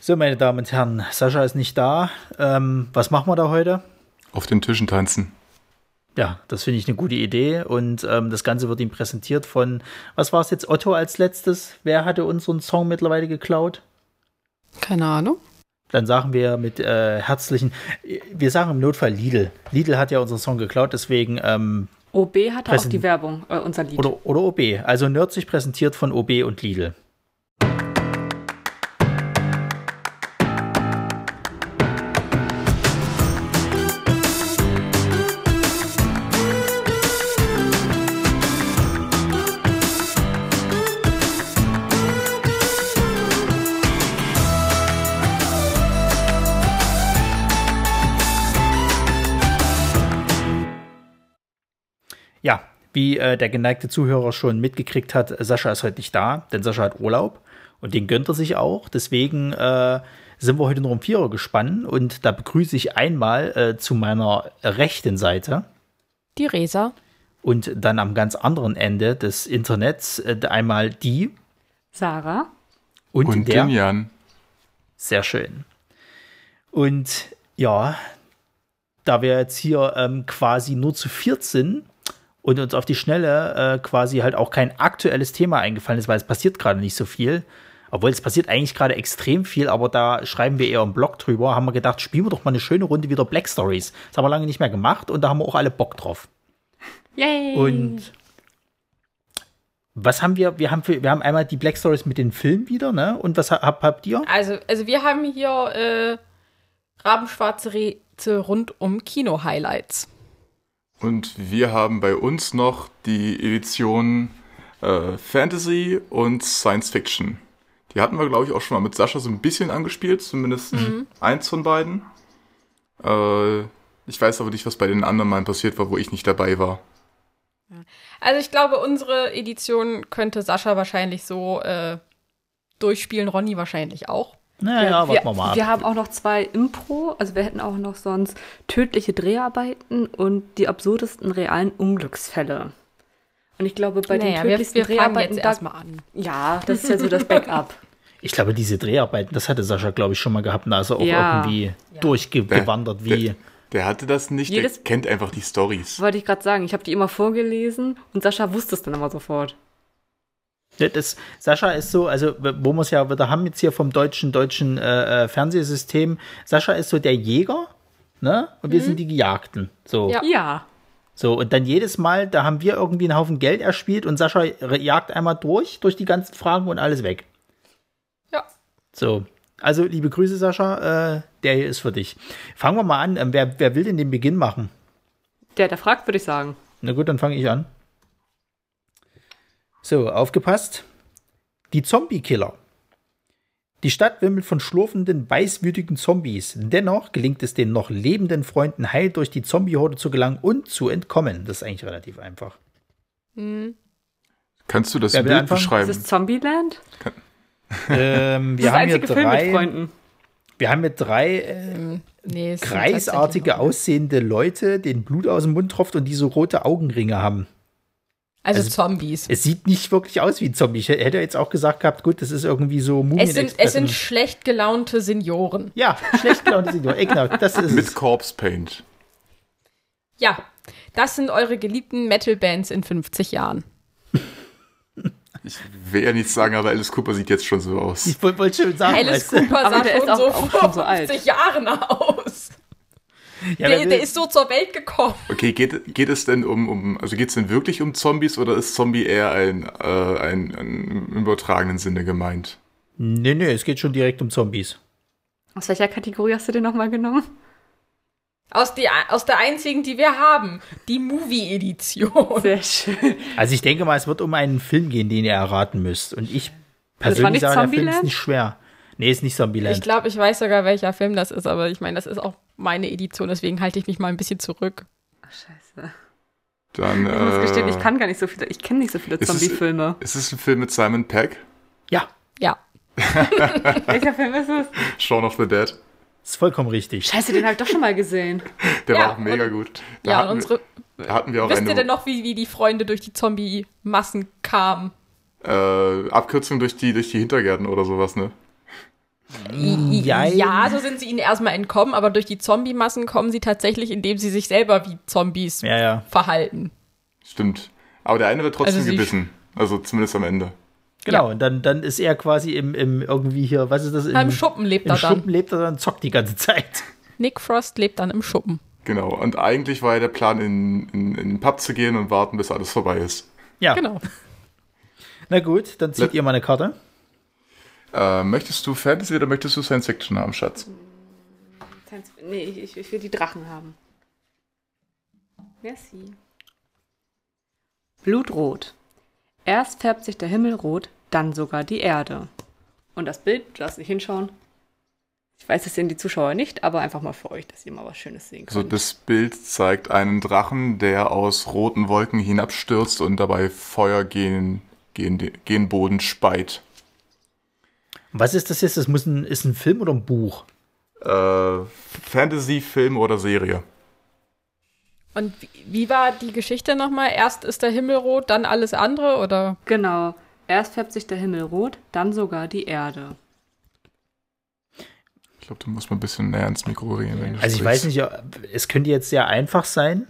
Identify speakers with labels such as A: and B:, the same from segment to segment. A: So, meine Damen und Herren, Sascha ist nicht da. Ähm, was machen wir da heute?
B: Auf den Tischen tanzen.
A: Ja, das finde ich eine gute Idee. Und ähm, das Ganze wird ihm präsentiert von, was war es jetzt, Otto als letztes? Wer hatte unseren Song mittlerweile geklaut?
C: Keine Ahnung.
A: Dann sagen wir mit äh, herzlichen, wir sagen im Notfall Lidl. Lidl hat ja unseren Song geklaut, deswegen. Ähm,
C: OB hatte auch die Werbung, äh, unser Lied.
A: Oder, oder OB. Also Nerd sich präsentiert von OB und Lidl. Ja, wie äh, der geneigte Zuhörer schon mitgekriegt hat, Sascha ist heute nicht da, denn Sascha hat Urlaub und den gönnt er sich auch. Deswegen äh, sind wir heute nur um Vierer gespannt und da begrüße ich einmal äh, zu meiner rechten Seite
C: Die Resa.
A: und dann am ganz anderen Ende des Internets äh, einmal die
C: Sarah.
A: und,
B: Und
A: der.
B: den Jan.
A: Sehr schön. Und ja, da wir jetzt hier ähm, quasi nur zu viert sind und uns auf die Schnelle äh, quasi halt auch kein aktuelles Thema eingefallen ist, weil es passiert gerade nicht so viel. Obwohl es passiert eigentlich gerade extrem viel, aber da schreiben wir eher im Blog drüber, haben wir gedacht, spielen wir doch mal eine schöne Runde wieder Black Stories. Das haben wir lange nicht mehr gemacht und da haben wir auch alle Bock drauf.
C: Yay!
A: Und was haben wir? Wir haben, wir haben einmal die Black Stories mit den Filmen wieder, ne? Und was ha- habt, habt ihr?
D: Also, also wir haben hier äh, Rabenschwarze Rätsel rund um Kino-Highlights.
B: Und wir haben bei uns noch die Edition äh, Fantasy und Science Fiction. Die hatten wir, glaube ich, auch schon mal mit Sascha so ein bisschen angespielt, zumindest eins von beiden. Äh, ich weiß aber nicht, was bei den anderen Malen passiert war, wo ich nicht dabei war.
D: Also ich glaube, unsere Edition könnte Sascha wahrscheinlich so äh, durchspielen, Ronny wahrscheinlich auch.
A: Naja, warten wir mal ab.
E: äh, wir haben auch noch zwei Impro, also wir hätten auch noch sonst tödliche Dreharbeiten und die absurdesten realen Unglücksfälle. Und ich glaube, bei den
D: wir,
E: tödlichsten
D: wir fangen
E: Dreharbeiten
D: jetzt
E: da-
D: erstmal an.
E: Ja, das ist ja so das Backup.
A: Ich glaube, diese Dreharbeiten, das hatte Sascha, glaube ich, schon mal gehabt. Da ist er auch
E: Ja.
A: irgendwie durchgewandert,
B: Der-
A: wie.
B: Der, der hatte das nicht, der
E: Jedes-
B: kennt einfach die Stories.
E: Wollte ich gerade sagen, ich habe die immer vorgelesen und Sascha wusste es dann immer sofort.
A: Ja, Ne, Das, Sascha ist so, also, wo wir es ja wieder haben, jetzt hier vom deutschen, deutschen äh, äh, Fernsehsystem. Sascha ist so der Jäger, ne? Und wir sind die Gejagten. So.
D: Ja.
E: Mhm. Ja,
A: so. Und dann jedes Mal, da haben wir irgendwie einen Haufen Geld erspielt und Sascha re- jagt einmal durch, durch die ganzen Fragen und alles weg.
D: Ja.
A: So. Also, liebe Grüße, Sascha. Äh, der hier ist für dich. Fangen wir mal an. Ähm, wer, wer will denn den Beginn machen?
E: der, der fragt, würde ich sagen.
A: Na gut, dann fange ich an. So, aufgepasst. Die Zombie-Killer. Die Stadt wimmelt von schlurfenden, weißwütigen Zombies. Dennoch gelingt es den noch lebenden Freunden heil durch die Zombie-Horde zu gelangen und zu entkommen. Das ist eigentlich relativ einfach.
D: Hm.
B: Kannst du das
A: Wer will
B: Bild
A: anfangen?
E: Ist
B: beschreiben?
E: es Zombieland?
A: ähm,
E: das
A: wir, haben hier
E: einzige Film mit
A: drei,
E: Freunden.
A: wir haben hier drei äh,
D: Ähm, Nee, es sind tatsächlich
A: kreisartige
D: noch-
A: aussehende Leute, denen Blut aus dem Mund tropft und die so rote Augenringe haben.
D: Also,
A: also-
D: Zombies.
A: Es sieht nicht wirklich aus wie ein Zombie. Ich hätte jetzt auch gesagt gehabt, gut, das ist irgendwie so Mumien
D: Es sind, es sind schlecht gelaunte Senioren.
A: Ja, schlecht gelaunte Senior. Ey, genau, das ist
B: Mit
A: es.
B: Corpse Paint.
D: Ja, das sind eure geliebten Metal-Bands in 50 Jahren.
B: Ich will ja nichts sagen, aber Alice Cooper sieht jetzt schon so aus.
A: Ich woll- wollte schon sagen, Ah, weißt
D: Alice
A: du?
D: Cooper
E: Aber
D: sah
E: der ist
D: schon
E: auch-
D: so
E: auch
D: vor
E: schon so alt.
D: 50 Jahren aus.
A: ja,
D: der,
A: wer will-
D: der ist so zur Welt gekommen.
B: Okay, geht, geht es denn um, um also geht es denn wirklich um Zombies oder ist Zombie eher ein, äh, ein, ein im übertragenen Sinne gemeint?
A: nee, nee, es geht schon direkt um Zombies.
E: Aus welcher Kategorie hast du den nochmal genommen?
D: Aus, die, aus der einzigen, die wir haben. Die Movie-Edition.
E: Sehr schön.
A: Also ich denke mal, es wird um einen Film gehen, den ihr erraten müsst. Und ich persönlich
E: nicht
A: sage, der Film ist
E: Zombieland?
A: nicht schwer. Nee, ist nicht Zombieland.
D: Ich glaube, ich weiß sogar, welcher Film das ist, aber ich meine, das ist auch meine Edition, deswegen halte ich mich mal ein bisschen zurück.
E: Ach, scheiße.
B: Dann,
E: Ich muss
B: äh,
E: gestehen, ich kann gar nicht so viele, ich kenne nicht so viele
B: ist es-
E: Zombie-Filme.
B: Ist es ein Film mit Simon Pegg?
A: ja,
D: Ja.
E: Welcher Film ist es?
B: Shaun of the Dead?
A: ist vollkommen richtig.
E: Scheiße, den habe ich doch schon mal gesehen.
B: Der
D: Ja,
B: war auch mega gut. Da,
D: ja, und
B: hatten,
D: unsere.
B: wir, da hatten wir auch
D: Wisst ihr
B: eine
D: denn noch, wie, wie die Freunde durch die Zombie-Massen kamen?
B: äh, Abkürzung durch die, durch die Hintergärten oder sowas, ne?
D: I-
A: Jein.
D: Ja, so sind sie ihnen erstmal entkommen, aber durch die Zombie-Massen kommen sie tatsächlich, indem sie sich selber wie Zombies
A: Ja, ja.
D: verhalten.
B: Stimmt. Aber der eine wird trotzdem
D: Also sie-
B: gebissen. Also zumindest am Ende.
A: Genau, und dann, dann ist er quasi im, im irgendwie hier, was ist das? Im,
D: Na, Im Schuppen lebt
A: Im
D: er
A: Schuppen
D: dann.
A: lebt er dann, zockt die ganze Zeit.
D: Nick Frost lebt dann im Schuppen.
B: Genau. Und eigentlich war ja der Plan, in, in, in den Pub zu gehen und warten, bis alles vorbei ist.
A: Ja,
D: Genau.
A: na gut, dann zieht
B: Le-
A: ihr mal eine Karte.
B: Äh, möchtest du Fantasy oder möchtest du Science Fiction haben, Schatz?
E: Nee, ich, ich, ich will die Drachen haben. Merci. Blutrot. Erst färbt sich der Himmel rot, dann sogar die Erde. Und das Bild, du darfst nicht hinschauen. Ich weiß, das sehen die Zuschauer nicht, aber einfach mal für euch, dass ihr mal was Schönes sehen
B: Also
E: könnt.
B: das Bild zeigt einen Drachen, der aus roten Wolken hinabstürzt und dabei Feuer gen, gen, gen Boden speit.
A: Was ist das jetzt? Das muss ein, ist ein Film oder ein Buch?
B: Äh, Fantasy, Film oder Serie?
D: Und wie, wie war die Geschichte nochmal? Erst ist der Himmel rot, dann alles andere, oder?
E: genau. Erst färbt sich der Himmel rot, dann sogar die Erde.
B: Ich glaube, du musst mal ein bisschen näher ins Mikro reden. Wenn du
A: Also ich weiß
B: sprichst.
A: nicht, ja, es könnte jetzt sehr einfach sein,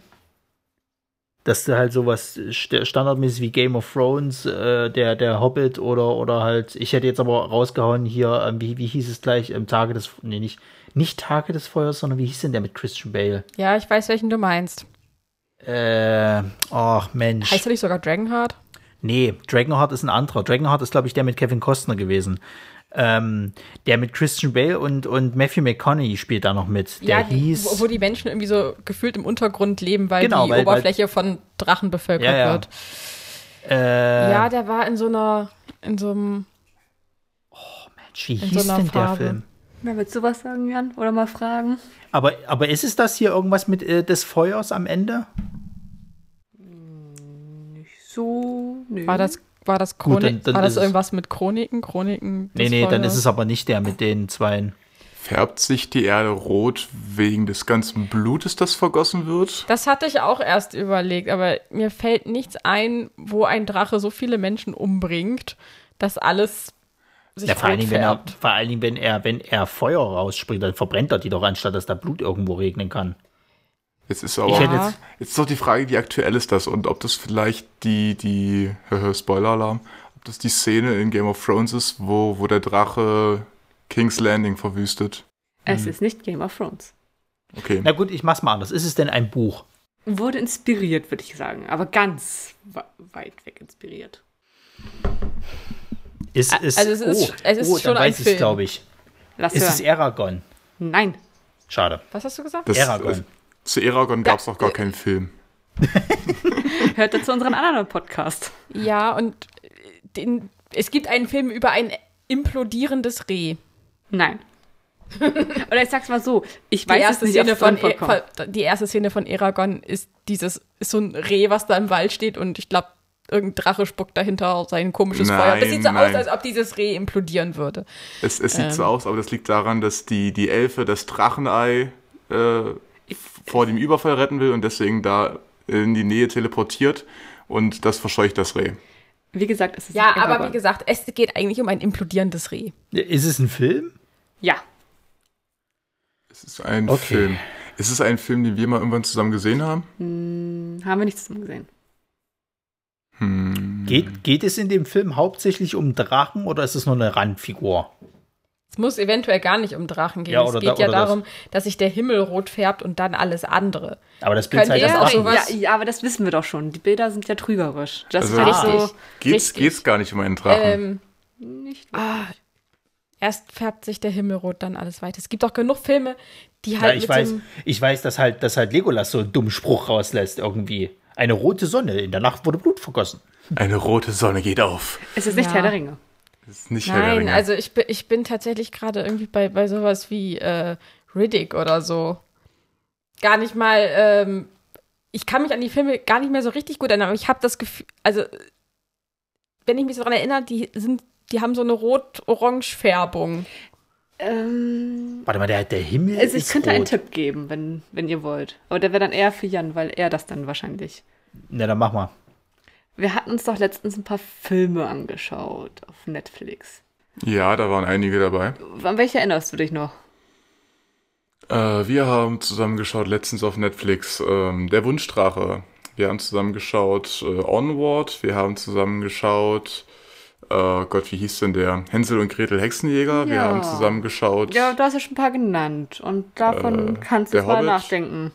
A: dass du halt sowas st- standardmäßig wie Game of Thrones, äh, der, der Hobbit oder, oder halt, ich hätte jetzt aber rausgehauen hier, ähm, wie, wie hieß es gleich, ähm, Tage des, nee, nicht, nicht Tage des Feuers, sondern wie hieß denn der mit Christian Bale?
D: Ja, ich weiß, welchen du meinst.
A: Äh, ach Mensch.
D: Heißt er nicht sogar Dragonheart?
A: Nee, Dragonheart ist ein anderer. Dragonheart ist, glaube ich, der mit Kevin Costner gewesen. Ähm, der mit Christian Bale und, und Matthew McConaughey spielt da noch mit. Der
D: ja, die,
A: hieß.
D: wo, wo die Menschen irgendwie so gefühlt im Untergrund leben, weil
A: Genau,
D: die
A: weil- weil-
D: Oberfläche von Drachen bevölkert
A: Ja, ja.
D: wird.
A: äh,
D: Ja, der war in so einer, in so einem,
A: Mensch, wie
D: in
A: hieß
D: so einer
A: denn der
D: Farbe.
A: Film?
E: Na, willst du was sagen, Jan? Oder mal fragen?
A: Aber, aber ist es das hier irgendwas mit äh, des Feuers am Ende?
E: So, nö.
D: war das, war das
A: Gut, dann-
D: Chronik,
A: dann
D: war das
A: ist es-
D: irgendwas mit Chroniken, Chroniken?
A: Nee,
D: des
A: nee, dann
D: Feuers?
A: ist es aber nicht der mit den Zweien.
B: Färbt sich die Erde rot wegen des ganzen Blutes, das vergossen wird?
D: Das hatte ich auch erst überlegt, aber mir fällt nichts ein, wo ein Drache so viele Menschen umbringt, dass alles sich
A: Ja, vor allen,
D: rot
A: Dingen, wenn er,
D: färbt.
A: vor allen Dingen, wenn er, wenn er Feuer rausspringt, dann verbrennt er die doch, anstatt dass da Blut irgendwo regnen kann.
B: Jetzt ist
A: Ich
B: aber
A: hätte
D: Ja.
A: jetzt,
B: jetzt ist doch die Frage, wie aktuell ist das und ob das vielleicht die die Spoiler-Alarm, ob das die Szene in Game of Thrones ist, wo wo der Drache King's Landing verwüstet.
E: Es ist nicht Game of Thrones.
B: Okay.
A: na gut, ich mach's mal anders. Ist es denn ein Buch?
E: Wurde inspiriert, würde ich sagen, aber ganz wa- weit weg inspiriert.
A: Ist, oh,
D: A- also es ist- es ist schon
A: dann
D: ein
A: weiß ich's,
D: Film.
A: glaube ich.
E: Lass
A: Ist
E: hören.
A: es Aragon?
E: Nein.
A: Schade.
D: Was hast du gesagt?
B: Das,
A: Eragon.
B: äh, zu Eragon gab es auch
D: äh,
B: gar keinen Film.
E: Hört dazu unseren anderen Podcast.
D: Ja, und den, es gibt einen Film über ein implodierendes Reh.
E: Nein. Oder ich sag's mal so, ich
D: Die
E: weiß
D: erste,
E: es nicht
D: Szene
E: auf
D: von, E-
E: Antwort kommt.
D: von- die erste Szene von Eragon ist dieses, ist so ein Reh, was da im Wald steht und ich glaube, irgendein Drache spuckt dahinter sein komisches
B: Nein,
D: Feuer. Das sieht so
B: nein.
D: aus, als ob dieses Reh implodieren würde.
B: Es, es sieht
D: ähm.
B: so aus, aber das liegt daran, dass die die Elfe das Drachenei äh, vor dem Überfall retten will und deswegen da in die Nähe teleportiert und das verscheucht das Reh.
E: Wie gesagt, es ist
D: Ja,
E: nicht
D: aber
E: Eragon.
D: wie gesagt, es geht eigentlich um ein implodierendes Reh.
A: Ist es ein Film?
E: Ja.
B: Es ist ein
A: Okay.
B: Film. Es ist ein Film, den wir mal irgendwann zusammen gesehen haben.
E: Hm, haben wir nicht zusammen gesehen.
B: Hm.
A: Geht, geht es in dem Film hauptsächlich um Drachen oder ist es nur eine Randfigur?
D: Es muss eventuell gar nicht um Drachen gehen.
A: Ja, oder
D: es geht
A: da-
D: ja
A: oder das.
D: darum, dass sich der Himmel rot färbt und dann alles andere.
A: Aber das Bild
D: Könnt
A: zeigt
D: ihr
A: das
D: auch
A: Drachen.
D: sowas-
E: Ja, ja, aber das wissen wir doch schon. Die Bilder sind ja trügerisch. Das
B: Also-
E: also,
A: Ah.
E: ich so
B: Geht's,
D: Richtig.
B: geht's gar nicht um einen
A: Hm.
B: Drachen.
D: Ähm,
E: nicht.
D: ah, erst färbt sich der Himmel rot, dann alles weiter. Es gibt auch genug Filme, die
A: Ja,
D: halt
A: ich
D: mit
A: weiß,
D: so einem,
A: ich weiß, dass halt, dass halt Legolas so einen dummen Spruch rauslässt irgendwie. Eine rote Sonne, in der Nacht wurde Blut vergossen.
B: Eine rote Sonne geht auf.
E: Es ist nicht
D: Ja.
E: Herr der Ringe.
B: Das ist nicht Herr der
D: Nein,
B: Ringe.
D: also ich bin, ich bin tatsächlich gerade irgendwie bei, bei sowas wie äh, Riddick oder so. Gar nicht mal, ähm, ich kann mich an die Filme gar nicht mehr so richtig gut erinnern, aber ich habe das Gefühl, also wenn ich mich so daran erinnere, die sind, die haben so eine rot-orange Färbung.
E: Ähm,
A: Warte mal, der, der Himmel
E: also ich
A: ist
E: könnte
A: rot.
E: einen Tipp geben, wenn, wenn ihr wollt. Aber der wäre dann eher für Jan, weil er das dann wahrscheinlich.
A: Na, dann mach mal.
E: Wir hatten uns doch letztens ein paar Filme angeschaut auf Netflix.
B: Ja, da waren einige dabei.
E: An welche erinnerst du dich noch?
B: Äh, wir haben zusammengeschaut letztens auf Netflix ähm, Der Wunschdrache. Wir haben zusammengeschaut äh, Onward. Wir haben zusammengeschaut, äh, Gott, wie hieß denn der? Hänsel und Gretel Hexenjäger. Wir
E: Ja.
B: haben zusammengeschaut.
E: Ja, du hast ja schon ein paar genannt und davon
B: Äh,
E: kannst du
B: der
E: mal
B: Hobbit.
E: nachdenken.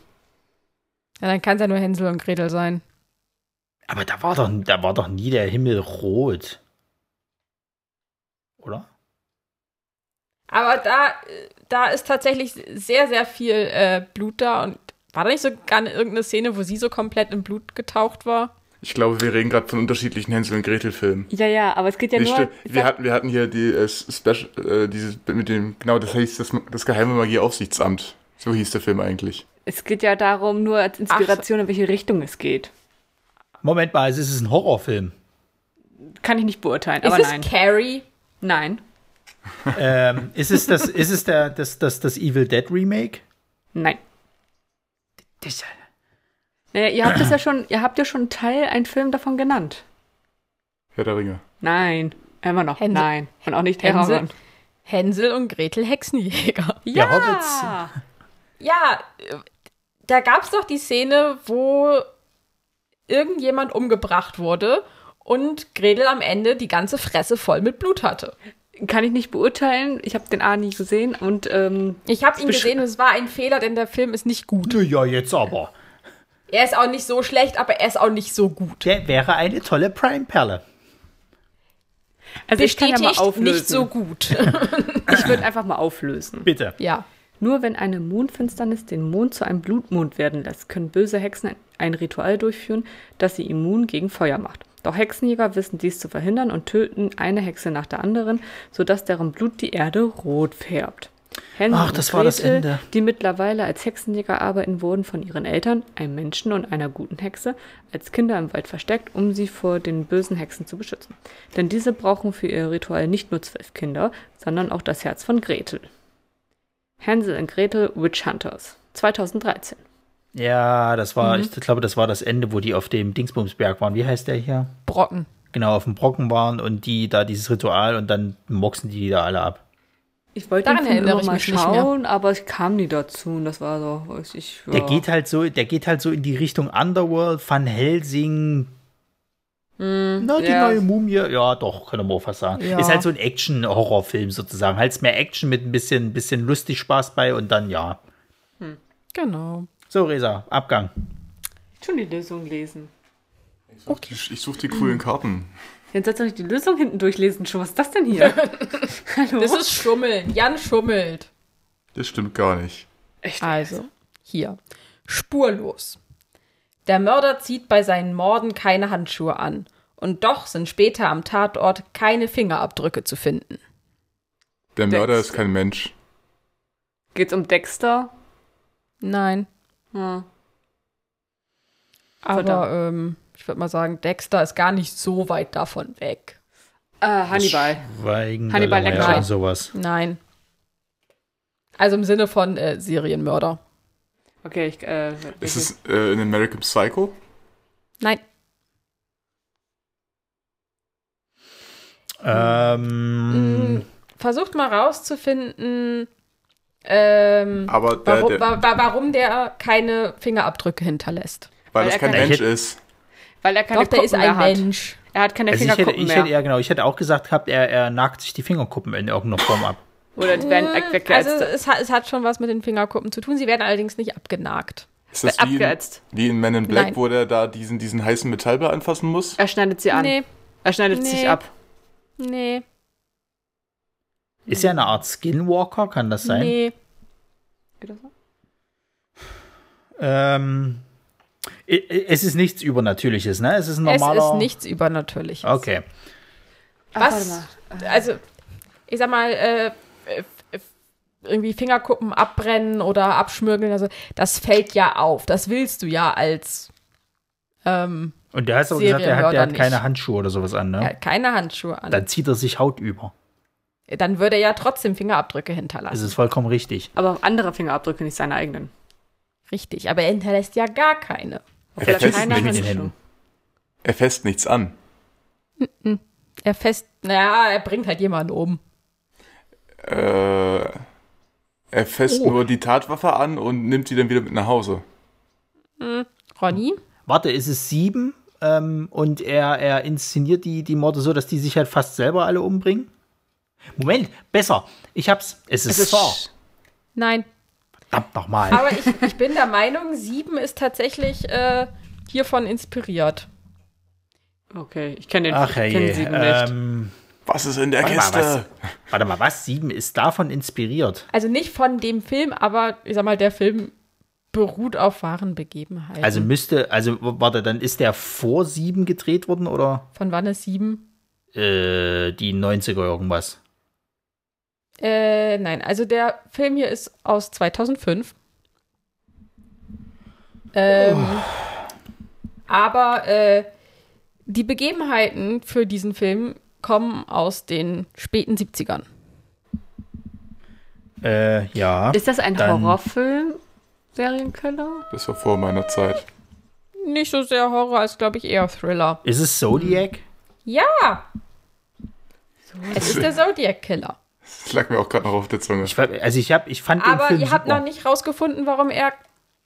D: Ja, dann kann es ja nur Hänsel und Gretel sein.
A: Aber da war doch, da war doch nie der Himmel rot. Oder?
D: Aber da, äh, da ist tatsächlich sehr, sehr viel äh, Blut da und war da nicht sogar irgendeine Szene, wo sie so komplett in Blut getaucht war?
B: Ich glaube, wir reden gerade von unterschiedlichen Hänsel und Gretel Filmen.
E: Ja, ja, aber es geht ja
B: Nee,
E: nur.
B: stimmt. wir, hatten, wir hatten hier die äh, Special, äh, dieses mit dem, genau, das hieß das, das geheime Magieaufsichtsamt. So hieß der Film eigentlich.
E: Es geht ja darum, nur als Inspiration, in welche Richtung es geht.
A: Moment mal, es ist ein Horrorfilm.
E: Kann ich nicht beurteilen,
D: Ist
E: aber
D: es
E: nein.
D: Carrie?
E: Nein.
A: ähm, ist es, das, ist es der, das, das, das Evil Dead Remake?
E: Nein. Naja, ihr habt es ja schon, ihr habt ja schon einen Teil, einen Film davon genannt.
B: Herr der Ringe.
E: Nein. Immer noch.
D: Hänsel-
E: Nein. Und auch nicht
D: Hänsel-
E: Terror.
D: Hänsel und Gretel Hexenjäger.
A: Ja, Hobbits.
D: Ja, äh, da gab es doch die Szene, wo irgendjemand umgebracht wurde und Gretel am Ende die ganze Fresse voll mit Blut hatte.
E: Kann ich nicht beurteilen. Ich habe den A nie gesehen und ähm,
D: Ich habe ihn
E: besch-
D: gesehen und es war ein Fehler, denn der Film ist nicht gut.
A: Na ja, jetzt aber.
D: Er ist auch nicht so schlecht, aber er ist auch nicht so gut.
A: Der wäre eine tolle Prime-Perle.
E: also ich kann ja mal auflösen.
D: nicht so gut.
E: Ich würde einfach mal auflösen.
A: Bitte.
D: ja.
E: Nur wenn eine Mondfinsternis den Mond zu einem Blutmond werden lässt, können böse Hexen ein- ein Ritual durchführen, das sie immun gegen Feuer macht. Doch Hexenjäger wissen dies zu verhindern und töten eine Hexe nach der anderen, sodass deren Blut die Erde rot färbt. Hänsel
A: Ach,
E: und
A: das war das
E: Gretel,
A: Ende.
E: Die mittlerweile als Hexenjäger arbeiten, wurden von ihren Eltern, einem Menschen und einer guten Hexe, als Kinder im Wald versteckt, um sie vor den bösen Hexen zu beschützen. Denn diese brauchen für ihr Ritual nicht nur zwölf Kinder, sondern auch das Herz von Gretel. Hansel und Gretel Witch Hunters 2013.
A: Ja, das
D: Mhm.
A: war, ich glaube, das war das Ende, wo die auf dem Dingsbumsberg waren. Wie heißt der hier?
D: Brocken.
A: Genau, auf dem Brocken waren und die da dieses Ritual und dann moxen die die da alle ab.
E: Ich wollte
D: Daran erinnere ich
E: mal
D: mich nicht mehr.
E: schauen, aber ich kam nie dazu und das war so, weiß ich. Ja.
A: Der geht halt so, der geht halt so in die Richtung Underworld, Van Helsing. Na, die
E: Hm, ja.
A: neue Mumie, ja doch, kann man auch fast sagen.
D: Ja.
A: Ist halt so ein Action-Horrorfilm sozusagen. Halt mehr Action mit ein bisschen, bisschen lustig Spaß bei und dann ja.
D: Genau.
A: So, Resa, Abgang.
E: schon die Lösung lesen.
B: Ich, ich suche die coolen Karten.
E: Jetzt sollst du nicht die Lösung hinten durchlesen. Schon, was ist das denn hier? Hallo?
D: Das ist Schummeln. Jan schummelt.
B: Das stimmt gar nicht.
D: Also, hier. Spurlos. Der Mörder zieht bei seinen Morden keine Handschuhe an. Und doch sind später am Tatort keine Fingerabdrücke zu finden.
B: Der Mörder
E: Dexter.
B: ist kein Mensch.
E: Geht's um Dexter?
D: Nein.
E: Ja.
D: Aber
E: Verdammt.
D: ähm, ich würde mal sagen, Dexter ist gar nicht so weit davon weg.
E: Äh, Hannibal.
A: Schweigen der
E: Hannibal
A: Lämmer
E: Lecter.
A: und sowas.
D: Nein. Also im Sinne von äh, Serienmörder.
E: Okay, ich. Äh,
B: Ist
E: ich-
B: es äh, in American Psycho?
D: Nein.
E: Hm.
A: Ähm,
D: Versucht mal rauszufinden, ähm,
B: Aber der,
D: warum,
B: der,
D: wa wa warum der keine Fingerabdrücke hinterlässt.
B: weil das
E: er
B: kein
E: kein-
B: Mensch ist.
E: weil er keine
D: Doch, der ist
E: Kuppen mehr
D: ein
E: hat.
D: Mensch.
E: Er hat keine
A: also ich hätte,
E: Fingerkuppen
A: ich hätte
E: mehr.
A: ja genau, ich hätte auch gesagt gehabt, er, er nagt sich die Fingerkuppen in irgendeiner Form ab.
E: Oder die werden
D: Hm,
E: abgeätzt.
D: Also es, ha- es hat schon was mit den Fingerkuppen zu tun. Sie werden allerdings nicht abgenagt.
B: Ist das wie in,
E: abgeätzt.
B: wie in Men in Black,
D: Nein.
B: wo der da diesen, diesen heißen Metallball anfassen muss?
E: Er schneidet sie an.
D: Nee,
E: Er schneidet
D: Nee.
E: sich ab.
D: nee,
A: Ist ja eine Art Skinwalker, kann das sein?
D: nee.
E: Geht das so?
A: Ähm, i- i- es ist nichts Übernatürliches, ne? Es ist ein
D: Es
A: normaler.
D: ist nichts Übernatürliches.
A: Okay.
D: Was? Also, ich sag mal, äh, äh, äh, irgendwie Fingerkuppen abbrennen oder abschmürgeln, also das fällt ja auf. Das willst du ja als ähm,
A: Und der hat aber gesagt, der hat, der
D: Serienmörder
A: hat keine
D: nicht.
A: Handschuhe oder sowas an, ne?
D: er hat keine Handschuhe an.
A: Dann zieht er sich Haut über.
D: Dann würde er ja trotzdem Fingerabdrücke
A: Es
D: hinterlassen.
A: ist vollkommen richtig.
E: Aber andere Fingerabdrücke, nicht seine eigenen.
D: Richtig, aber er hinterlässt ja gar keine.
E: Obwohl
B: fetzt nicht mit
A: den
E: Handschuhe.
A: Händen.
B: Er fässt nichts an.
D: Er fest, naja, er bringt halt jemanden um.
B: Äh, er fässt
A: Oh.
B: nur die Tatwaffe an und nimmt die dann wieder mit nach Hause.
D: Ronny?
A: Warte, ist es sieben? Ähm, und er, er inszeniert die, die Morde so, dass die sich halt fast selber alle umbringen? Moment, besser. Ich hab's. Es ist, es
D: Nein.
A: Verdammt nochmal.
D: Aber ich, ich bin der Meinung, sieben ist tatsächlich äh, hiervon inspiriert.
E: Okay, ich kenne den
A: Ach
E: ich kenn
A: herrje.
E: Sieben nicht.
A: Ähm,
B: Was ist in der
A: Warte mal,
B: Kiste?
A: warte mal, was? Sieben ist davon inspiriert.
D: Also nicht von dem Film, aber ich sag mal, der Film beruht auf wahren Begebenheiten.
A: Also müsste, also w- warte, dann ist der vor sieben gedreht worden oder
D: von wann ist sieben?
A: äh, die 90er irgendwas?
D: Äh, nein, also der Film hier ist aus 2005. Ähm, Aber äh, die Begebenheiten für diesen Film kommen aus den späten 70ern.
A: Äh, ja.
E: Ist das ein
A: Dann-
E: Horrorfilm? Serienkeller?
B: Das war vor meiner Zeit.
D: Nicht so sehr Horror, ist glaube ich eher Thriller.
A: Ist es Zodiac?
D: Ja! Es ist der Zodiac Killer.
B: Das lag mir auch gerade noch auf der Zunge.
A: Ich, war- also ich hab, ich fand
D: Aber
A: den Film
D: ihr habt
A: super.
D: noch nicht rausgefunden, warum er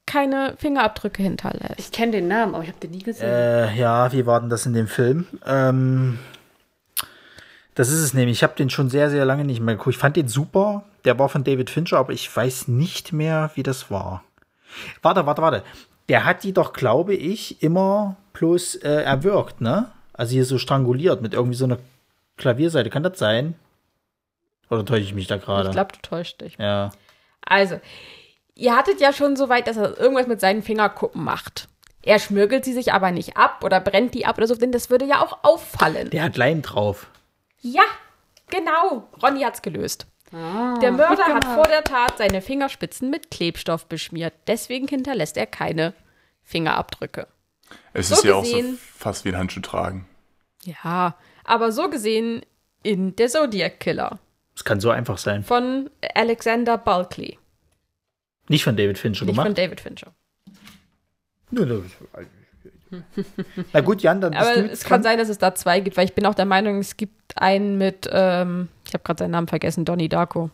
D: keine Fingerabdrücke hinterlässt.
E: Ich kenne den Namen, aber ich habe den nie gesehen.
A: Äh, ja, wie war denn das in dem Film? Ähm, das ist es nämlich. Ich habe den schon sehr, sehr lange nicht mehr geguckt. Ich fand den super. Der war von David Fincher, aber ich weiß nicht mehr, wie das war. Warte, warte, warte. Der hat die doch, glaube ich, immer bloß äh, erwürgt, ne? Also hier so stranguliert mit irgendwie so einer Klavierseite. Kann das sein? Oder täusche ich mich da
D: Ich
A: gerade?
D: glaube, du täuscht dich.
A: Ja.
D: Also, ihr hattet ja schon so weit, dass er irgendwas mit seinen Fingerkuppen macht. Er schmürgelt sie sich aber nicht ab oder brennt die ab oder so, denn das würde ja auch auffallen.
A: Der hat Leim drauf.
D: Ja, genau. Ronny hat's gelöst. der Mörder hat vor der Tat seine Fingerspitzen mit Klebstoff beschmiert. Deswegen hinterlässt er keine Fingerabdrücke.
B: Es
D: So
B: ist ja auch so
D: gesehen-
B: fast wie ein Handschuh tragen.
D: Ja, aber so gesehen in Der Zodiac Killer
A: Das kann so einfach sein.
D: von Alexander Bulkley,
A: Nicht von David Fincher
D: nicht
A: gemacht.
D: von David Fincher.
A: Nö, nö, das- Na gut, Jan, dann bist
D: Aber
A: du jetzt
D: es kann
A: dran.
D: sein, dass es da zwei gibt, weil ich bin auch der Meinung, es gibt einen mit, ähm, ich habe gerade seinen Namen vergessen, Donnie Darko.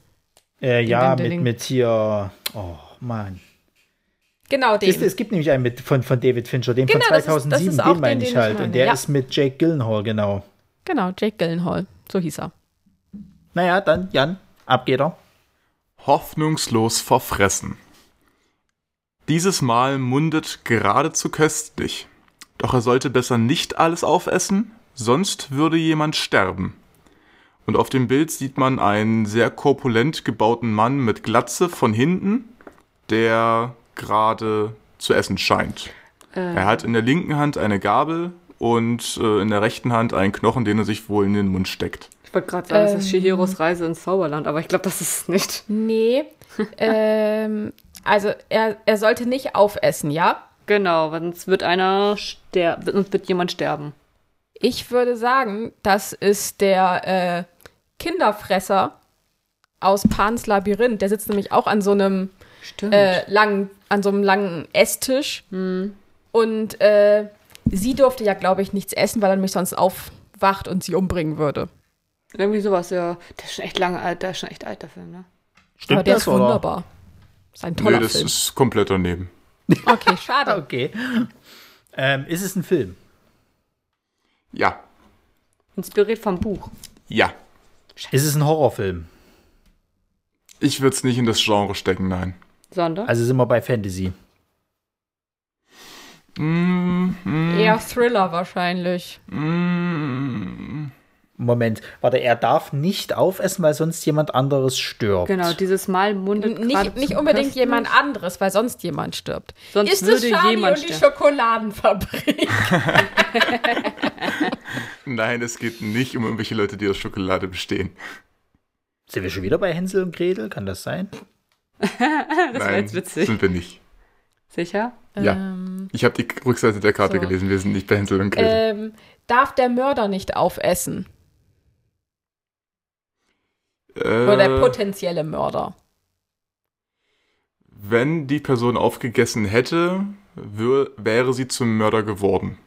A: Äh, ja,
D: Ding, ding,
A: mit,
D: ding.
A: mit hier. Oh, Mann.
D: Genau, den.
A: Es, es gibt nämlich einen mit, von, von David Fincher, den
D: Genau,
A: von
D: das ist- das ist
A: 2007,
D: auch
A: den
D: den,
A: meine
D: den
A: ich
D: ich
A: halt.
D: meine,
A: Und der
D: ja.
A: ist mit Jake Gyllenhaal, genau.
D: Genau, Jake Gyllenhaal, so hieß er.
A: Naja, dann, Jan, ab geht er.
B: Hoffnungslos verfressen. Dieses Mal mundet geradezu köstlich. Doch er sollte besser nicht alles aufessen, sonst würde jemand sterben. Und auf dem Bild sieht man einen sehr korpulent gebauten Mann mit Glatze von hinten, der gerade zu essen scheint. Er hat in der linken Hand eine Gabel und äh, in der rechten Hand einen Knochen, den er sich wohl in den Mund steckt.
E: ich wollte gerade sagen, es ist
D: ähm.
E: Shihiros Reise ins Zauberland, aber ich glaube, das ist es nicht.
D: Nee, ähm, also er, er sollte nicht aufessen, ja?
E: Genau, weil sonst wird einer sterben, sonst wird jemand sterben.
D: Ich würde sagen, das ist der äh, Kinderfresser aus Pans Labyrinth. Der sitzt nämlich auch an so einem
E: Stimmt.
D: äh, lang, an so einem langen Esstisch. Und äh, sie durfte ja, glaube ich, nichts essen, weil er mich sonst aufwacht und sie umbringen würde.
E: Irgendwie sowas, ja. Der ist schon echt lange alt, der ist schon echt alt, der Film, ne?
A: Stimmt
D: Aber der
A: das,
D: ist
A: oder?
D: wunderbar. Ist ein toller
B: Nö, das
D: Film.
B: ist komplett daneben.
D: Okay, schade.
A: Okay. Ähm, ist es ein Film?
B: Ja,
E: Inspiriert vom Buch.
B: ja.
A: Ist es ein Horrorfilm?
B: Ich würde es nicht in das Genre stecken, nein.
E: Sonder?
A: Also sind wir bei Fantasy.
B: Mm, mm,
D: Eher Thriller wahrscheinlich.
B: mm.
A: Moment, warte, er darf nicht aufessen, weil sonst jemand anderes stirbt.
E: genau, dieses Mal mundet
D: N- Nicht,
E: geradezu
D: nicht unbedingt
E: köstlich.
D: jemand anderes, weil sonst jemand stirbt.
E: Sonst
D: ist es
E: würde
D: Charlie
E: jemand
D: und die
E: sterben.
D: Schokoladenfabrik?
B: Nein, es geht nicht um irgendwelche Leute, die aus Schokolade bestehen.
A: Sind wir schon wieder bei Hänsel und Gretel? Kann das sein?
B: Das
E: wär
B: nein,
E: jetzt witzig.
A: Hm.
B: sind wir nicht.
E: Sicher?
B: Ja,
D: Ähm,
B: ich habe die Rückseite der Karte
D: so.
B: gelesen. Wir sind nicht bei Hänsel und Gretel.
D: ähm, darf der Mörder nicht aufessen? Oder der
B: Äh,
D: potenzielle Mörder?
B: wenn die Person aufgegessen hätte, wür- wäre sie zum Mörder geworden.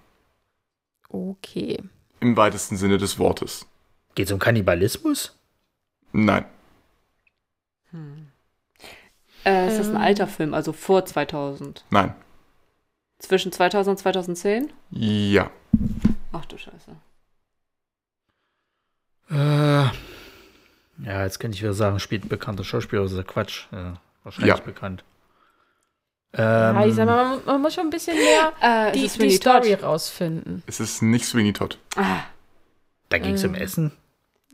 D: Okay.
B: Im weitesten Sinne des Wortes.
A: Geht's um Kannibalismus?
B: Nein.
E: Äh, ist das ein alter Film, also vor 2000?
B: Nein.
E: Zwischen 2000 und 2010?
B: Ja.
E: Ach du Scheiße.
A: Äh, ja, jetzt könnte ich wieder sagen, spielt ein bekannter Schauspieler, das ist ja Quatsch. Ja, wahrscheinlich
B: Ja.
A: bekannt.
D: ja, ich
A: Ähm,
D: sag mal, man, man muss schon ein bisschen mehr
E: Äh,
D: die,
E: ist es
D: die
E: Sweeney
D: Story
E: Todd?
D: rausfinden.
B: Es ist nicht Sweeney Todd.
E: Ah,
A: da ging
D: äh,
A: es um Essen.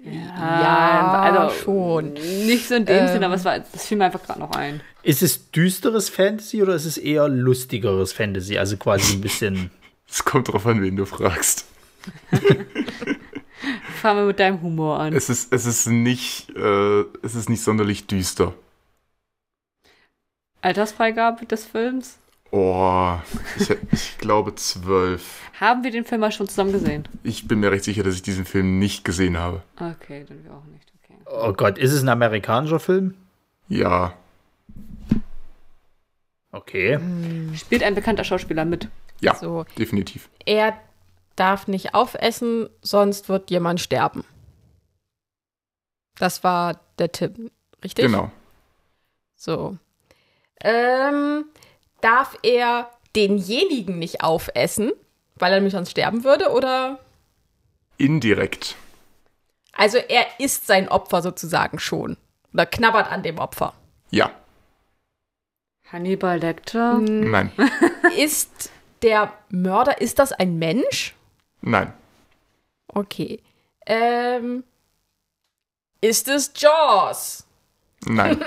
E: ja, also
D: schon.
E: Nicht so in dem
D: Ähm.
E: Sinne, aber es war, das fiel mir einfach gerade noch ein.
A: Ist es düsteres Fantasy oder ist es eher lustigeres Fantasy? Also quasi ein bisschen.
B: Es kommt drauf an, wen du fragst.
E: Fangen wir mit deinem Humor an.
B: Es ist, es ist nicht, äh, es ist nicht sonderlich düster.
E: Altersfreigabe des Films?
B: Oh, ich, hä- ich glaube zwölf.
E: Haben wir den Film mal schon zusammen gesehen?
B: Ich bin mir recht sicher, dass ich diesen Film nicht gesehen habe.
E: Okay, dann wir auch nicht. Okay.
A: Oh Gott, ist es ein amerikanischer Film?
B: Ja,
A: Okay.
E: Spielt ein bekannter Schauspieler mit.
B: ja,
D: So,
B: definitiv.
D: er darf nicht aufessen, sonst wird jemand sterben. Das war der Tipp, richtig?
B: Genau.
D: So. Ähm, darf er denjenigen nicht aufessen, weil er nämlich sonst sterben würde? Oder?
B: Indirekt.
D: Also er isst sein Opfer sozusagen schon. Oder knabbert an dem Opfer.
B: Ja,
E: Hannibal Lecter?
D: Hm.
B: nein,
D: Ist der Mörder, ist das ein Mensch?
B: nein,
D: Okay. Ähm, ist es Jaws?
B: nein.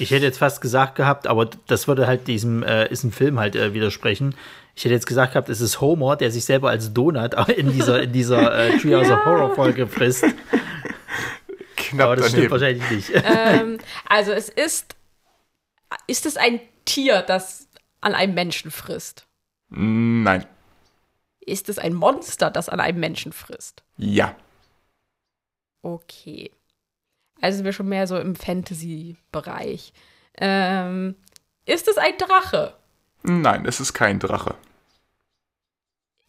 A: Ich hätte jetzt fast gesagt gehabt, aber das würde halt diesem äh, ist ein Film halt äh, widersprechen. Ich hätte jetzt gesagt gehabt, es ist Homer, der sich selber als Donut in dieser in dieser äh, Treehouse of Horror Folge frisst.
B: Knapp
A: Aber das stimmt
B: daneben.
A: wahrscheinlich nicht.
D: ähm, also es ist, ist es ein Tier, das an einem Menschen frisst?
B: Nein.
D: Ist es ein Monster, das an einem Menschen frisst?
B: Ja,
D: Okay. Also sind wir schon mehr so im Fantasy-Bereich. Ähm, ist es ein Drache?
B: nein, es ist kein Drache.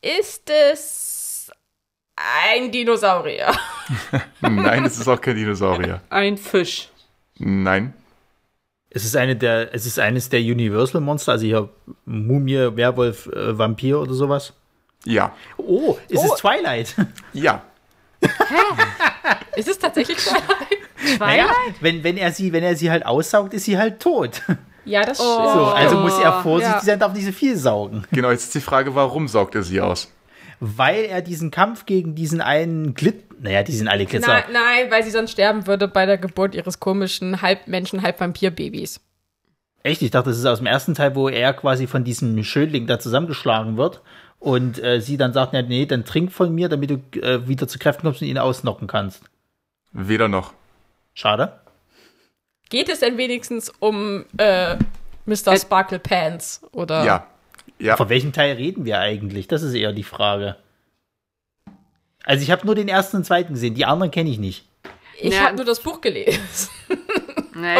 D: Ist es ein Dinosaurier?
B: Nein, es ist auch kein Dinosaurier.
E: Ein Fisch.
B: Nein,
A: Es ist eine der es ist eines der Universal Monster, also hier Mumie, Werwolf, äh, Vampir oder sowas.
B: ja,
A: Oh, es
D: Oh.
A: ist Twilight.
B: ja.
D: Ist es tatsächlich Twilight?
A: Naja, wenn, wenn er sie, wenn er sie halt aussaugt, ist sie halt tot.
D: Ja, das stimmt.
A: So, also muss er vorsichtig
D: Oh. Ja.
A: sein, darf nicht so viel saugen.
B: Genau, jetzt ist die Frage, warum saugt er sie aus?
A: Weil er diesen Kampf gegen diesen einen Glit. Naja, die sind alle Glitzer.
D: Nein, nein, weil sie sonst sterben würde bei der Geburt ihres komischen Halbmenschen, Halbvampir-Babys.
A: Echt? Ich dachte, das ist aus dem ersten Teil, wo er quasi von diesem Schönling da zusammengeschlagen wird. Und äh, sie dann sagt, "Na, nee, dann trink von mir, damit du äh, wieder zu Kräften kommst und ihn ausnocken kannst.
B: Weder noch.
A: Schade.
D: Geht es denn wenigstens um äh, Mr. Sparkle Pants?
A: Ah.
D: Oder?
B: Ja, ja.
A: Von welchem Teil reden wir eigentlich? Das ist eher die Frage. Also ich habe nur den ersten und zweiten gesehen, die anderen kenne ich nicht.
D: Ich
E: Ja.
D: habe nur das Buch gelesen.
E: Nee,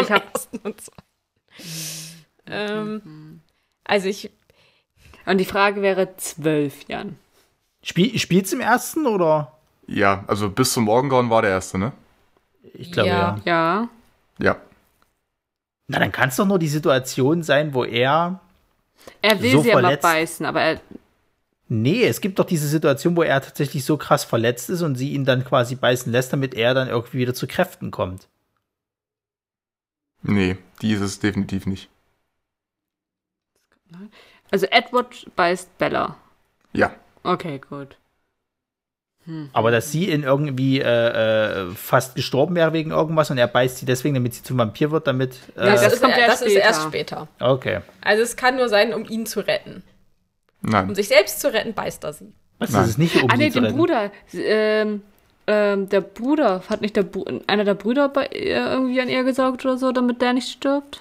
E: ich
D: Vom
E: hab,
D: ersten und zweiten. ähm, also ich,
E: und die Frage wäre zwölf, Jan.
A: Spiel, spielt's im ersten oder?
B: Ja, also bis zum Morgengrauen war der erste, ne?
A: Ich glaube
D: Ja.
A: ja.
E: Ja.
B: Ja.
A: Na, dann kann es doch nur die Situation sein, wo er.
E: Er will
A: So
E: sie ja mal
A: verletzt.
E: beißen, aber er,
A: Nee, es gibt doch diese Situation, wo er tatsächlich so krass verletzt ist und sie ihn dann quasi beißen lässt, damit er dann irgendwie wieder zu Kräften kommt.
B: Nee, die ist es definitiv nicht.
E: also Edward beißt Bella.
B: Ja,
E: Okay, gut. Mhm.
A: Aber dass sie in irgendwie äh, äh, fast gestorben wäre wegen irgendwas und er beißt sie deswegen, damit sie zum Vampir wird, damit. Äh,
B: Ähm,
E: Ja,
D: das,
E: das
D: ist,
E: kommt
D: kommt
E: erst
D: das ist erst
E: später.
D: später.
A: okay.
D: Also es kann nur sein, um ihn zu retten. Um
B: nein.
D: sich selbst zu retten, beißt er sie.
A: Was
B: Nein.
A: ist es nicht um
E: ah, nee,
A: sie zu
E: den
A: retten?
E: Bruder. Ähm, ähm, der Bruder, hat nicht der Bru- einer der Brüder bei ihr irgendwie an ihr gesaugt oder so, damit der nicht stirbt?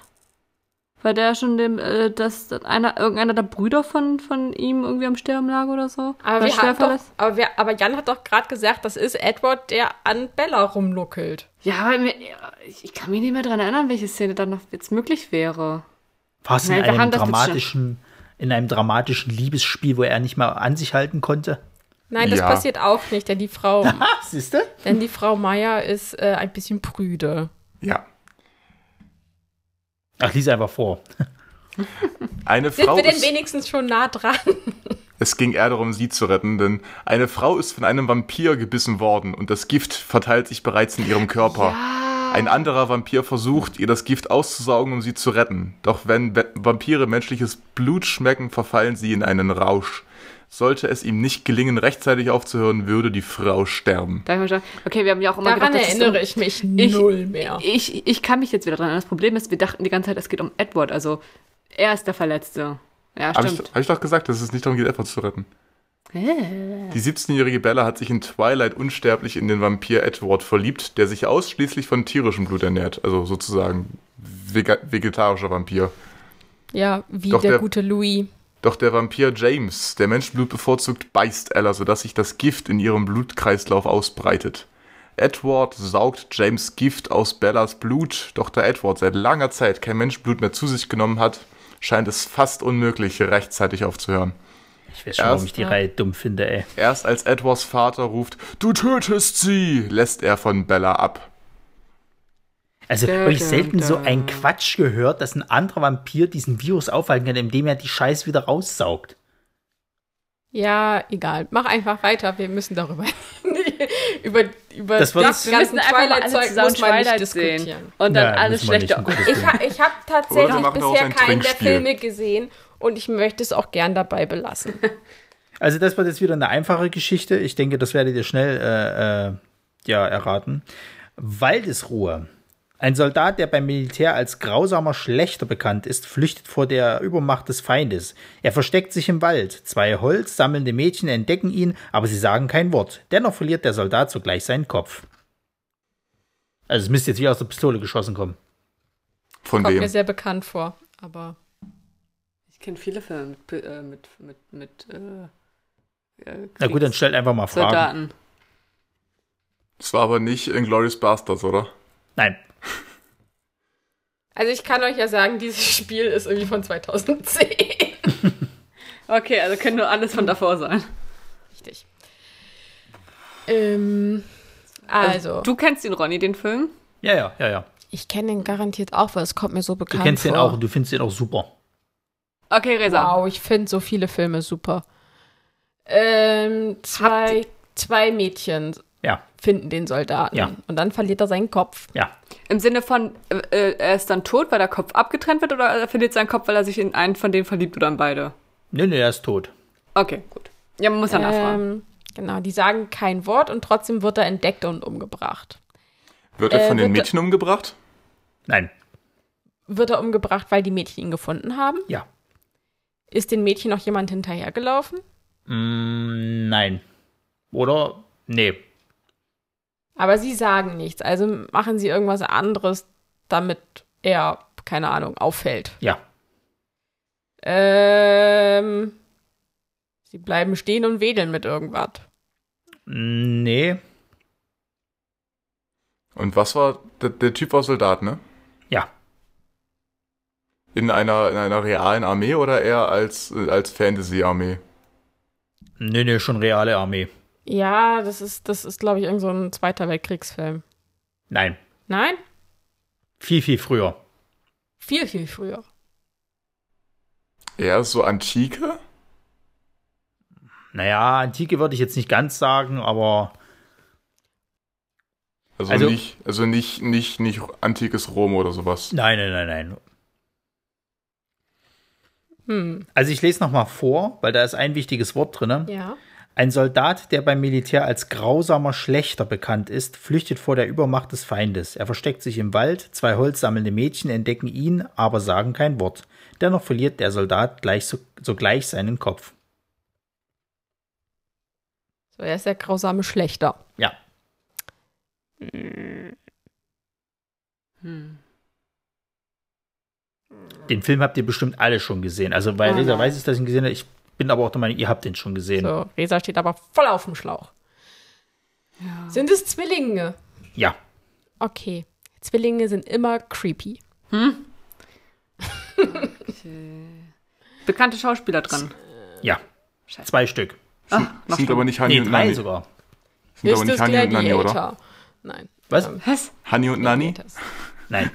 E: Weil der schon dem, äh, dass einer, irgendeiner der Brüder von, von ihm irgendwie am Sterben lag oder so.
D: Aber,
E: War
D: wir
E: schwer
D: haben doch,
E: verletzt.
D: aber, wir, aber Jan hat doch gerade gesagt, das ist Edward, der an Bella rumnuckelt.
E: Ja, aber mir, ich ich kann mich nicht mehr daran erinnern, welche Szene dann noch jetzt möglich wäre.
A: War es in
E: Nein, wir haben
A: einem
E: das jetzt schon.
A: dramatischen, in einem dramatischen Liebesspiel, wo er nicht mal an sich halten konnte?
D: Nein, das
B: Ja.
D: passiert auch nicht, denn die Frau,
A: Ah, siehste?
D: denn die Frau Meier ist äh, ein bisschen prüde.
B: Ja.
A: Ach, lies einfach vor.
B: Eine
D: Sind
B: Frau
D: wir denn
B: ist,
D: wenigstens schon nah dran?
B: es ging eher darum, sie zu retten, denn eine Frau ist von einem Vampir gebissen worden und das Gift verteilt sich bereits in ihrem Körper. Ein anderer Vampir versucht, ihr das Gift auszusaugen, um sie zu retten. Doch wenn Ve- Vampire menschliches Blut schmecken, verfallen sie in einen Rausch. Sollte es ihm nicht gelingen, rechtzeitig aufzuhören, würde die Frau sterben.
E: Da hab ich mir gedacht, okay, wir haben ja auch immer
D: Daran
E: gedacht, dass es
D: erinnere
E: um-
D: ich mich
E: Ich-
D: null mehr.
E: Ich, ich kann mich jetzt wieder dran erinnern. Das Problem ist, wir dachten die ganze Zeit, es geht um Edward. Also, er ist der Verletzte. Ja,
B: Habe ich,
E: stimmt.
B: hab ich doch gesagt, dass es nicht darum geht, Edward zu retten.
E: Äh.
B: Die 17-jährige Bella hat sich in Twilight unsterblich in den Vampir Edward verliebt, der sich ausschließlich von tierischem Blut ernährt. Also sozusagen vega- vegetarischer Vampir.
D: Ja, wie
B: Doch,
D: der,
B: der-
D: gute Louis.
B: Doch der Vampir James, der Menschenblut bevorzugt, beißt Ella, sodass sich das Gift in ihrem Blutkreislauf ausbreitet. Edward saugt James Gift aus Bellas Blut, doch da Edward seit langer Zeit kein Menschenblut mehr zu sich genommen hat, scheint es fast unmöglich, rechtzeitig aufzuhören.
A: Ich weiß schon, warum ich die Reihe dumm finde, ey.
B: Erst als Edwards Vater ruft, du tötest sie, lässt er von Bella ab.
A: Also
E: Da,
A: wirklich
E: da,
A: selten so
E: da.
A: ein Quatsch gehört, dass ein anderer Vampir diesen Virus aufhalten kann, indem er die Scheiße wieder raussaugt.
D: Ja, egal. Mach einfach weiter. Wir müssen darüber über über
A: Das war-
D: das
A: Wir
E: Wir müssen
D: ganze
E: einfach mal alle
D: Twilight-Zeug
E: zusammen
D: muss man nicht
E: Twilight
D: diskutieren.
E: sehen. Und dann
A: Ja,
E: alles
A: müssen wir nicht,
E: schlechte.
A: um Gottes
D: Ich,
A: Willen.
D: ha ich habe
B: Oder wir
D: tatsächlich
B: machen daraus
D: bisher
B: ein
D: keinen der
B: Trinkspiel.
D: Filme gesehen und ich möchte es auch gern dabei belassen.
A: Also das war jetzt wieder eine einfache Geschichte. Ich denke, das werdet ihr schnell äh, äh, ja, erraten. Waldesruhe. Ein Soldat, der beim Militär als grausamer Schlechter bekannt ist, flüchtet vor der Übermacht des Feindes. Er versteckt sich im Wald. Zwei Holz sammelnde Mädchen entdecken ihn, aber sie sagen kein Wort. Dennoch verliert der Soldat sogleich seinen Kopf. Also es müsste jetzt wie aus der Pistole geschossen kommen.
B: Von
D: Kommt mir
B: wem?
D: sehr bekannt vor, aber
E: Ich kenne viele Filme mit, äh, mit, mit, mit äh, äh,
A: Na gut, dann stellt einfach mal Fragen.
E: Soldaten.
B: Das war aber nicht Inglourious Bastards, oder?
A: Nein.
D: also ich kann euch ja sagen, dieses Spiel ist irgendwie von 2010.
E: Okay, also können nur alles von davor sein.
D: Richtig. Ähm, also,
E: Du kennst den Ronny, den Film?
A: Ja, ja, ja, ja.
D: ich kenne den garantiert auch, weil es kommt mir so
A: Du
D: bekannt
A: kennst
D: vor.
A: den auch und du findest den auch super.
E: Okay, Reza.
D: Wow, ich finde so viele Filme super. Ähm, zwei, zwei Mädchen
A: Ja,
D: finden den Soldaten.
A: Ja.
D: Und dann verliert er seinen Kopf.
A: ja.
E: Im Sinne von, äh, äh, er ist dann tot, weil der Kopf abgetrennt wird, oder er verliert seinen Kopf, weil er sich in einen von denen verliebt oder in beide?
A: Nö, nö, er ist tot.
E: Okay, gut. Ja, man muss ja nachfragen.
D: Ähm, genau, die sagen kein Wort und trotzdem wird er entdeckt und umgebracht.
B: Wird er
D: Äh,
B: von den
D: wird-
B: Mädchen umgebracht?
A: Nein,
D: Wird er umgebracht, weil die Mädchen ihn gefunden haben?
A: ja.
D: Ist den Mädchen noch jemand hinterhergelaufen?
A: Mm, nein. Oder? Nee.
D: Aber sie sagen nichts, also machen sie irgendwas anderes, damit er, keine Ahnung, auffällt.
A: Ja.
D: Ähm, sie bleiben stehen und wedeln mit irgendwas.
A: Mm, Nee.
B: Und was war der, der Typ war Soldat, ne?
A: Ja.
B: In einer in einer realen Armee oder eher als äh, als Fantasy Armee?
A: Nee, nee, schon reale Armee.
D: Ja, das ist, das ist, glaube ich, irgend so ein Zweiter Weltkriegsfilm.
A: Nein.
D: Nein?
A: Viel, viel früher.
D: Viel, viel früher.
B: Eher so antike?
A: Naja, Antike würde ich jetzt nicht ganz sagen, aber
B: Also,
A: Also-
B: nicht also nicht nicht nicht antikes Rom oder sowas.
A: nein, nein, nein, nein.
D: Hm.
A: Also ich lese nochmal vor, weil da ist ein wichtiges Wort drin.
D: Ja.
A: Ein Soldat, der beim Militär als grausamer Schlechter bekannt ist, flüchtet vor der Übermacht des Feindes. Er versteckt sich im Wald, zwei holzsammelnde Mädchen entdecken ihn, aber sagen kein Wort. Dennoch verliert der Soldat gleich so, sogleich seinen Kopf.
D: So, er ist der grausame Schlechter.
A: Ja.
E: Hm.
A: Den Film habt ihr bestimmt alle schon gesehen. Also bei
D: Oh
A: Lisa
D: nein.
A: weiß ich, dass ich ihn gesehen habe. Ich bin aber auch der Meinung, ihr habt den schon gesehen.
D: So, Resa steht aber voll auf dem Schlauch. Sind es Zwillinge?
A: Ja.
D: Okay. Zwillinge sind immer creepy.
E: Bekannte Schauspieler Ah, dran.
A: Ja.
E: Scheiße.
A: Zwei Stück.
E: Ach, mach
B: Sind
E: schon.
B: aber nicht Hani
A: Nee,
B: und
A: drei
B: Nani.
A: sogar.
B: Sind aber nicht
D: Christus
B: Hani und Nani, oder?
D: Nein.
A: Was?
D: Ähm,
E: Was?
B: Hani und Nani?
D: Gladiators.
A: Nein.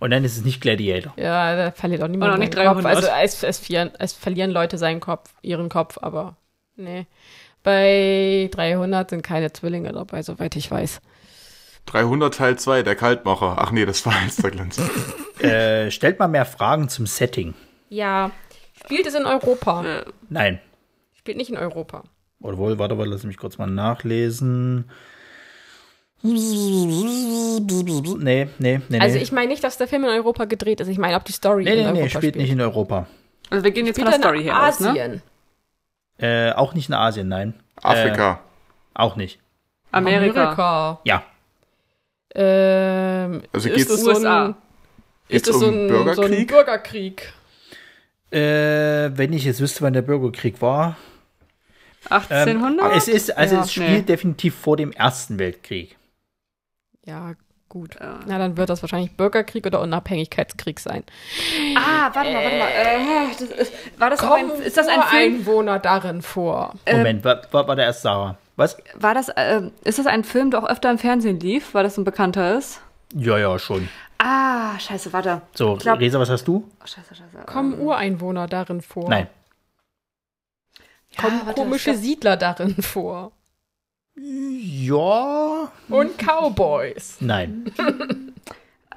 A: Und dann ist es nicht Gladiator.
D: Ja, da verliert auch niemand
C: Und auch nicht
D: seinen Kopf.
C: 300.
D: Also es, es, verlieren, es verlieren Leute seinen Kopf, ihren Kopf, aber nee. Bei 300 sind keine Zwillinge dabei, soweit ich weiß.
B: 300 Teil 2, der Kaltmacher. Ach nee, das war jetzt der Glänzer.
A: Äh, stellt mal mehr Fragen zum Setting.
D: Ja. Spielt es in Europa?
A: Nein.
D: Spielt nicht in Europa.
A: Oder wohl, warte mal, lass mich kurz mal nachlesen. Nee, nee, nee. nee.
D: Also ich meine nicht, dass der Film in Europa gedreht ist. Ich meine, ob die Story
A: nee,
D: in
A: nee,
D: Europa
A: nee, spielt nicht in Europa.
E: Also wir gehen jetzt
D: Spielt
E: von der Story
D: in
E: her aus, ne?
D: Asien.
A: Äh, auch nicht in Asien, nein.
B: Afrika.
A: Auch nicht.
E: Amerika.
D: Amerika.
A: Ja.
D: Ähm,
B: Also
D: ist
B: geht's-
D: es so ein,
E: USA.
D: ist
B: Geht's
D: es so
B: um
D: ein, so ein
B: Bürgerkrieg?
D: Bürgerkrieg?
A: Äh, wenn ich jetzt wüsste, wann der Bürgerkrieg war. Ähm,
E: 1800?
A: es ist, also
D: Ja,
A: es spielt
E: nee.
A: definitiv vor dem Ersten Weltkrieg.
D: Ja, gut.
E: Ja.
D: Na, dann wird das wahrscheinlich Bürgerkrieg oder Unabhängigkeitskrieg sein.
E: ah, warte mal, warte mal. Äh, das ist, war das auch ein, ist das ein
D: Kommen
E: Film?
D: Ureinwohner darin vor?
A: Moment, war, war, war der erst Sarah? Was?
E: War das, äh, ist das ein Film, der auch öfter im Fernsehen lief, weil das ein bekannter ist?
A: Ja, ja, schon.
E: Ah, scheiße, warte.
A: So,
E: Ich glaub-
A: Resa, was hast du?
E: Oh, scheiße, scheiße.
B: Ähm.
D: Kommen Ureinwohner darin vor?
A: Nein.
D: Kommen
E: warte,
D: komische
E: es gab-
D: Siedler darin vor?
A: Ja.
D: Und Cowboys.
A: Nein.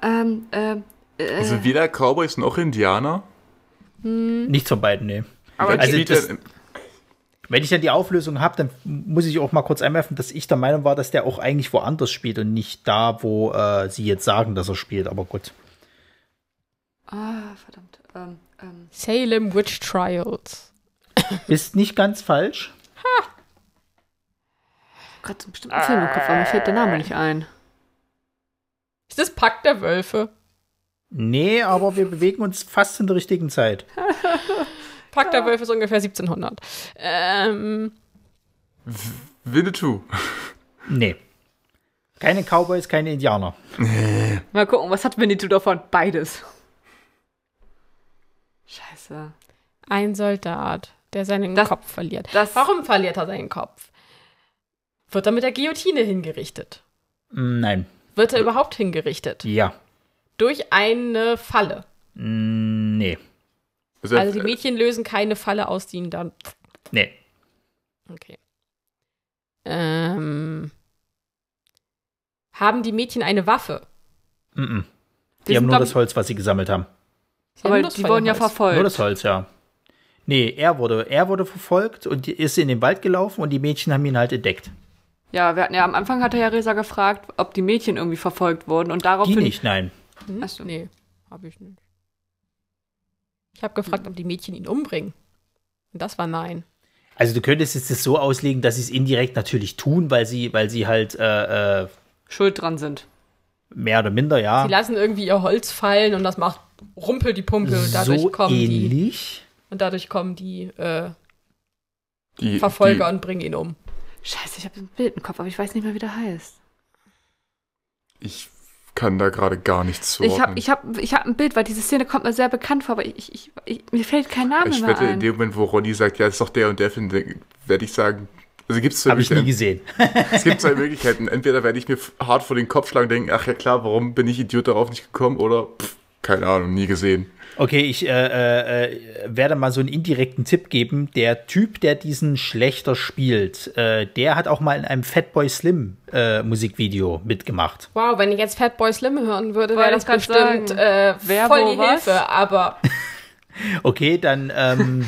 E: Ähm, ähm, äh,
B: Sind Also weder Cowboys noch Indianer?
A: Nichts von beiden, nee.
B: Aber
A: also das-
B: der,
A: Wenn ich dann die Auflösung habe, dann muss ich auch mal kurz einwerfen, dass ich der Meinung war, dass der auch eigentlich woanders spielt und nicht da, wo äh, sie jetzt sagen, dass er spielt. Aber gut.
E: ah, verdammt. Ähm, ähm,
D: Salem Witch Trials.
A: Ist nicht ganz falsch.
E: gerade so einen bestimmten Film im Kopf, aber mir fällt der Name nicht ein.
D: Ist das Pack der Wölfe?
A: Nee, aber wir bewegen uns fast in der richtigen Zeit.
D: Pack der Wölfe ist ungefähr 1700. Ähm,
B: Winnetou.
A: Nee. Keine Cowboys, keine Indianer.
E: Mal gucken, was hat Winnetou davon? Beides. Scheiße.
D: ein Soldat, der seinen
E: Das-
D: Kopf verliert.
E: das-
D: Warum verliert er seinen Kopf? Wird er mit der Guillotine hingerichtet?
A: Mm, Nein.
D: Wird er überhaupt hingerichtet?
A: Ja.
D: Durch eine Falle.
A: Mm, Nee.
B: Also,
D: Also die
B: äh,
D: Mädchen lösen keine Falle aus, die ihn dann.
A: Nee.
D: Okay. Ähm, haben die Mädchen eine Waffe?
A: Mm -mm.
E: Die
A: Die haben
E: sind,
A: nur
E: glaub-
A: das Holz, was sie gesammelt haben.
D: Sie haben
E: Aber
D: nur das
E: die wurden ja
D: Feuerholz.
E: verfolgt.
A: Nur das Holz, ja. Nee, er wurde, er wurde verfolgt und die- ist in den Wald gelaufen und die Mädchen haben ihn halt entdeckt.
E: Ja, wir hatten ja am Anfang hatte ja Resa gefragt, ob die Mädchen irgendwie verfolgt wurden und daraufhin.
A: Die nicht, nein.
D: Hm?
E: Ach so.
D: Nee, habe ich nicht. Ich habe gefragt, ob die Mädchen ihn umbringen. Und das war nein.
A: Also du könntest es jetzt so auslegen, dass sie es indirekt natürlich tun, weil sie, weil sie halt äh, äh,
E: Schuld dran sind.
A: mehr oder minder, ja,
D: Sie lassen irgendwie ihr Holz fallen und das macht rumpel die Pumpe und dadurch
A: so
D: kommen die
A: ähnlich.
D: und dadurch kommen die äh,
B: die,
D: Verfolger und bringen ihn um.
E: Scheiße, ich habe ein Bild im Kopf, aber ich weiß nicht mehr, wie der heißt.
B: Die, ich kann da gerade gar nichts zu
E: Ich habe ich hab, ich hab ein Bild, weil diese Szene kommt mir sehr bekannt vor, aber ich, ich, ich, ich, mir fällt kein Name
B: Ich
E: mehr
B: wette, in
E: ein.
B: dem Moment, wo Ronny sagt, ja, ist doch der und der Film, denk- werde ich sagen, also gibt es zwei,
A: Habe ich nie
B: Möglichkeiten.
A: gesehen.
B: Es gibt zwei Möglichkeiten. Entweder werde ich mir f- hart vor den Kopf schlagen und denken, ach ja klar, warum bin ich Idiot darauf nicht gekommen oder pff, keine Ahnung, nie gesehen.
A: Okay, ich äh, äh, äh, werde mal so einen indirekten Tipp geben. Der Typ, der diesen Schlechter spielt, äh, der hat auch mal in einem Fatboy Slim äh, Musikvideo mitgemacht.
D: Wow, wenn ich jetzt Fatboy Slim hören würde,
E: Wollte
D: wäre
E: ich
D: das
E: grad
D: bestimmt
E: sagen.
D: äh,
E: Wer,
D: voll
E: wo,
D: die
E: was?
D: Hilfe, aber
A: Okay, dann. Ähm,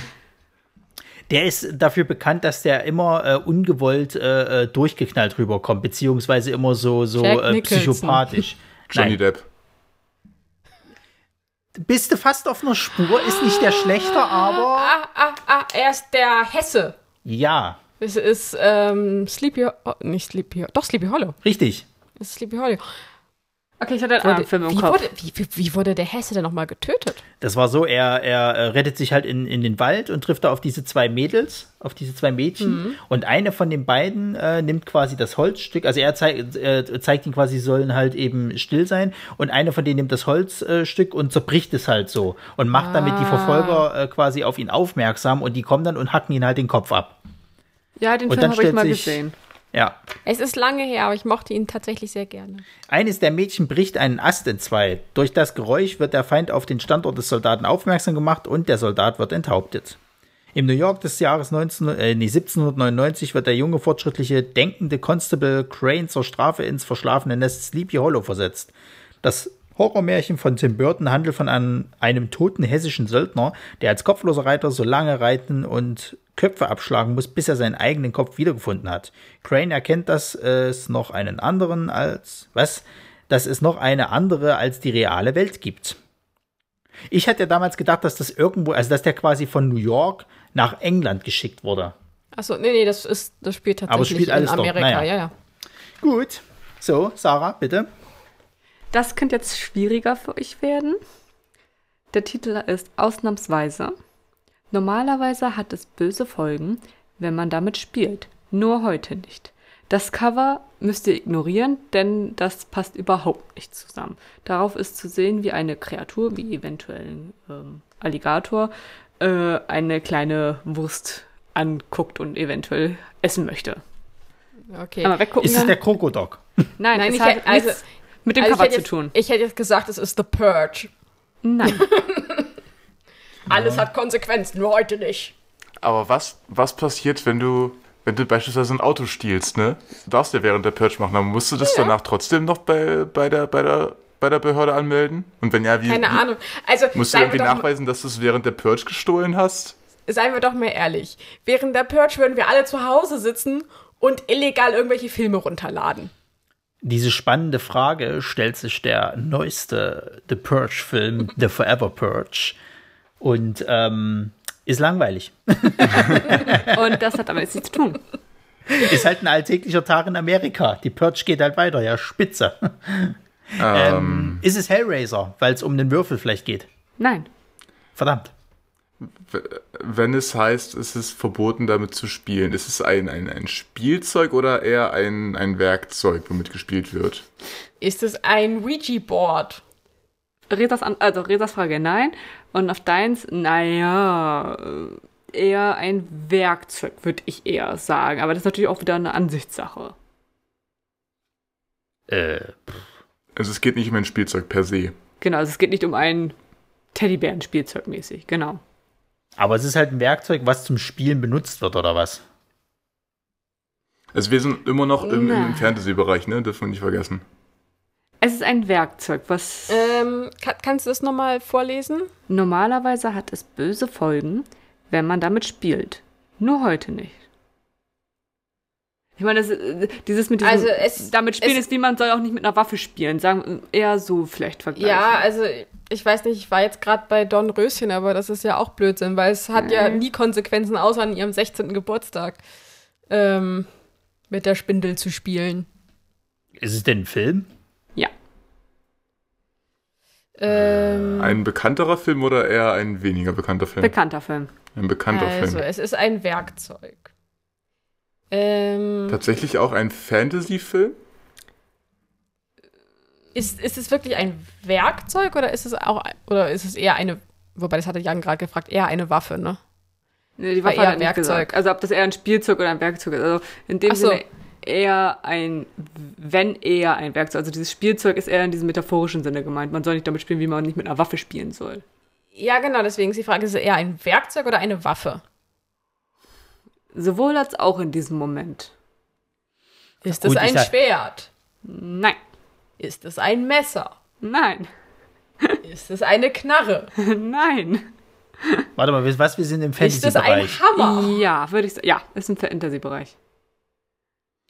A: Der ist dafür bekannt, dass der immer äh, ungewollt äh, äh, durchgeknallt rüberkommt, beziehungsweise immer so, so
D: Jack
A: äh,
D: Nicholson.
A: psychopathisch.
B: Johnny Depp.
A: Bist du fast auf einer Spur? Ist nicht der Schlechter, aber.
D: ah, ah, ah, er ist der Hesse.
A: Ja,
D: Es ist ähm, Sleepy, oh, nicht Sleepy, Ho- doch Sleepy Hollow.
A: richtig.
D: Es ist Sleepy Hollow.
E: Okay, ich hatte einen
D: Wurde,
E: anderen Film im
D: wie,
E: Kopf.
D: wurde, wie, wie, wie wurde der Hesse denn nochmal getötet?
A: Das war so, er, er äh, rettet sich halt in, in den Wald und trifft da auf diese zwei Mädels, auf diese zwei Mädchen.
E: Mhm.
A: Und eine von den beiden äh, nimmt quasi das Holzstück, also er zeigt, äh, zeigt ihnen quasi, sie sollen halt eben still sein. Und eine von denen nimmt das Holzstück äh, Stück und zerbricht es halt so und macht damit
E: Ah.
A: die Verfolger äh, quasi auf ihn aufmerksam und die kommen dann und hacken ihn halt den Kopf ab.
E: Ja, den
A: Und
E: Film
A: dann
E: habe ich
A: stellt
E: mal
A: sich-
E: gesehen.
A: Ja.
D: Es ist lange her, aber ich mochte ihn tatsächlich sehr gerne.
A: Eines der Mädchen bricht einen Ast in zwei. Durch das Geräusch wird der Feind auf den Standort des Soldaten aufmerksam gemacht und der Soldat wird enthauptet. Im New York des Jahres 19, äh, nee, 1799 wird der junge, fortschrittliche, denkende Constable Crane zur Strafe ins verschlafene Nest Sleepy Hollow versetzt. Das Horrormärchen von Tim Burton handelt von einem, einem toten hessischen Söldner, der als kopfloser Reiter so lange reiten und Köpfe abschlagen muss, bis er seinen eigenen Kopf wiedergefunden hat. Crane erkennt, dass es noch einen anderen als was, dass es noch eine andere als die reale Welt gibt. Ich hatte ja damals gedacht, dass das irgendwo, also dass der quasi von New York nach England geschickt wurde.
D: Achso, nee, nee, das ist, das spielt tatsächlich
A: Aber es spielt alles
D: in
A: dort,
D: Amerika,
A: naja.
D: ja, ja.
A: Gut. So, Sarah, bitte.
E: Das könnte jetzt schwieriger für euch werden. Der Titel ist Ausnahmsweise. Normalerweise hat es böse Folgen, wenn man damit spielt. Nur heute nicht. Das Cover müsst ihr ignorieren, denn das passt überhaupt nicht zusammen. Darauf ist zu sehen, wie eine Kreatur, wie eventuell ein ähm, Alligator, äh, eine kleine Wurst anguckt und eventuell essen möchte.
D: Okay.
E: Einmal weggucken.
A: Ist es der Krokodok?
E: Nein,
D: Nein,
E: es
D: ich
E: hat
D: hätte- also-
E: nichts mit dem
D: Also
E: Cover
D: ich hätte
E: zu
D: jetzt,
E: tun.
D: Ich hätte jetzt gesagt, es ist The Purge.
E: Nein.
D: Alles hat Konsequenzen, nur heute nicht.
B: Aber was, was passiert, wenn du, wenn du beispielsweise ein Auto stiehlst, ne? Das darfst du ja während der Purge machen, aber musst du das danach trotzdem noch bei, bei, der, bei, der, bei der Behörde anmelden? Und wenn ja, wie,
D: Keine
B: wie
D: Ahnung. Also,
B: Mhm. musst du
D: seien
B: irgendwie
D: wir, doch, mal-
B: nachweisen, dass du es während der Purge gestohlen hast?
D: seien wir doch mal ehrlich. Während der Purge würden wir alle zu Hause sitzen und illegal irgendwelche Filme runterladen.
A: Diese spannende Frage stellt sich der neueste The Purge-Film, The Forever Purge. Und ähm, ist langweilig.
E: Und das hat aber jetzt nichts zu tun.
A: Ist halt ein alltäglicher Tag in Amerika. Die Purge geht halt weiter, ja, spitze. Ähm, ist es Hellraiser, weil es um den Würfel vielleicht geht?
E: Nein.
A: Verdammt.
B: Wenn es heißt, es ist verboten, damit zu spielen, ist es ein, ein, ein Spielzeug oder eher ein, ein Werkzeug, womit gespielt wird?
D: Ist es ein Ouija-Board?
E: Resas, an- also Resas Frage nein. Und auf deins, naja, äh, eher ein Werkzeug, würde ich eher sagen. Aber das ist natürlich auch wieder eine Ansichtssache.
A: Äh,
B: Also es geht nicht um ein Spielzeug per se.
E: Genau, also es geht nicht um einen Teddybären-Spielzeug mäßig, genau.
A: aber es ist halt ein Werkzeug, was zum Spielen benutzt wird, oder was?
B: Also wir sind immer noch im,
E: Na.
B: im Fantasy-Bereich, ne? Dürfen wir nicht vergessen.
E: Es ist ein Werkzeug, was
D: Ähm, ka- kannst du das nochmal vorlesen?
E: normalerweise hat es böse Folgen, wenn man damit spielt. Nur heute nicht. Ich meine, das, äh, dieses mit diesem
D: Also es-
E: damit spielen
D: es-
E: ist wie man soll auch nicht mit einer Waffe spielen, sagen eher so vielleicht vergleichen.
D: Ja, also ich weiß nicht, ich war jetzt gerade bei Don Röschen, aber das ist ja auch Blödsinn, weil es hat ja
E: Mhm.
D: nie Konsequenzen, außer an ihrem 16. Geburtstag ähm, mit der Spindel zu spielen.
A: Ist es denn ein Film?
E: ja.
D: Ähm,
B: Ein bekannterer Film oder eher ein weniger bekannter Film?
E: bekannter Film.
B: ein bekannter
D: also,
B: Film.
D: es ist ein Werkzeug. Ähm,
B: Tatsächlich auch ein Fantasy-Film?
D: ist, ist es wirklich ein Werkzeug oder ist es auch oder ist es eher eine, wobei das hatte Jan gerade gefragt, eher eine Waffe, ne?
E: Nee, die
D: War
E: Waffe
D: eher
E: hat er nicht
D: ein Werkzeug.
E: Gesagt. Also ob das eher ein Spielzeug oder ein Werkzeug ist. Also in dem
D: Ach so.
E: Sinne eher ein, wenn eher ein Werkzeug. Also dieses Spielzeug ist eher in diesem metaphorischen Sinne gemeint. Man soll nicht damit spielen, wie man nicht mit einer Waffe spielen soll.
D: Ja, genau, deswegen ist die Frage, ist es eher ein Werkzeug oder eine Waffe?
E: Sowohl als auch in diesem Moment.
D: Ist es
A: Gut, ich
D: ein
A: sag-
D: Schwert?
E: Nein,
D: Ist es ein Messer?
E: nein,
D: Ist es eine Knarre?
E: nein.
A: Warte mal, wir- was? Wir sind im
D: Ist es ein
A: Fantasy-Bereich.
D: Hammer?
E: Ja, würde ich sagen. Ja, ist im Fantasy-Bereich.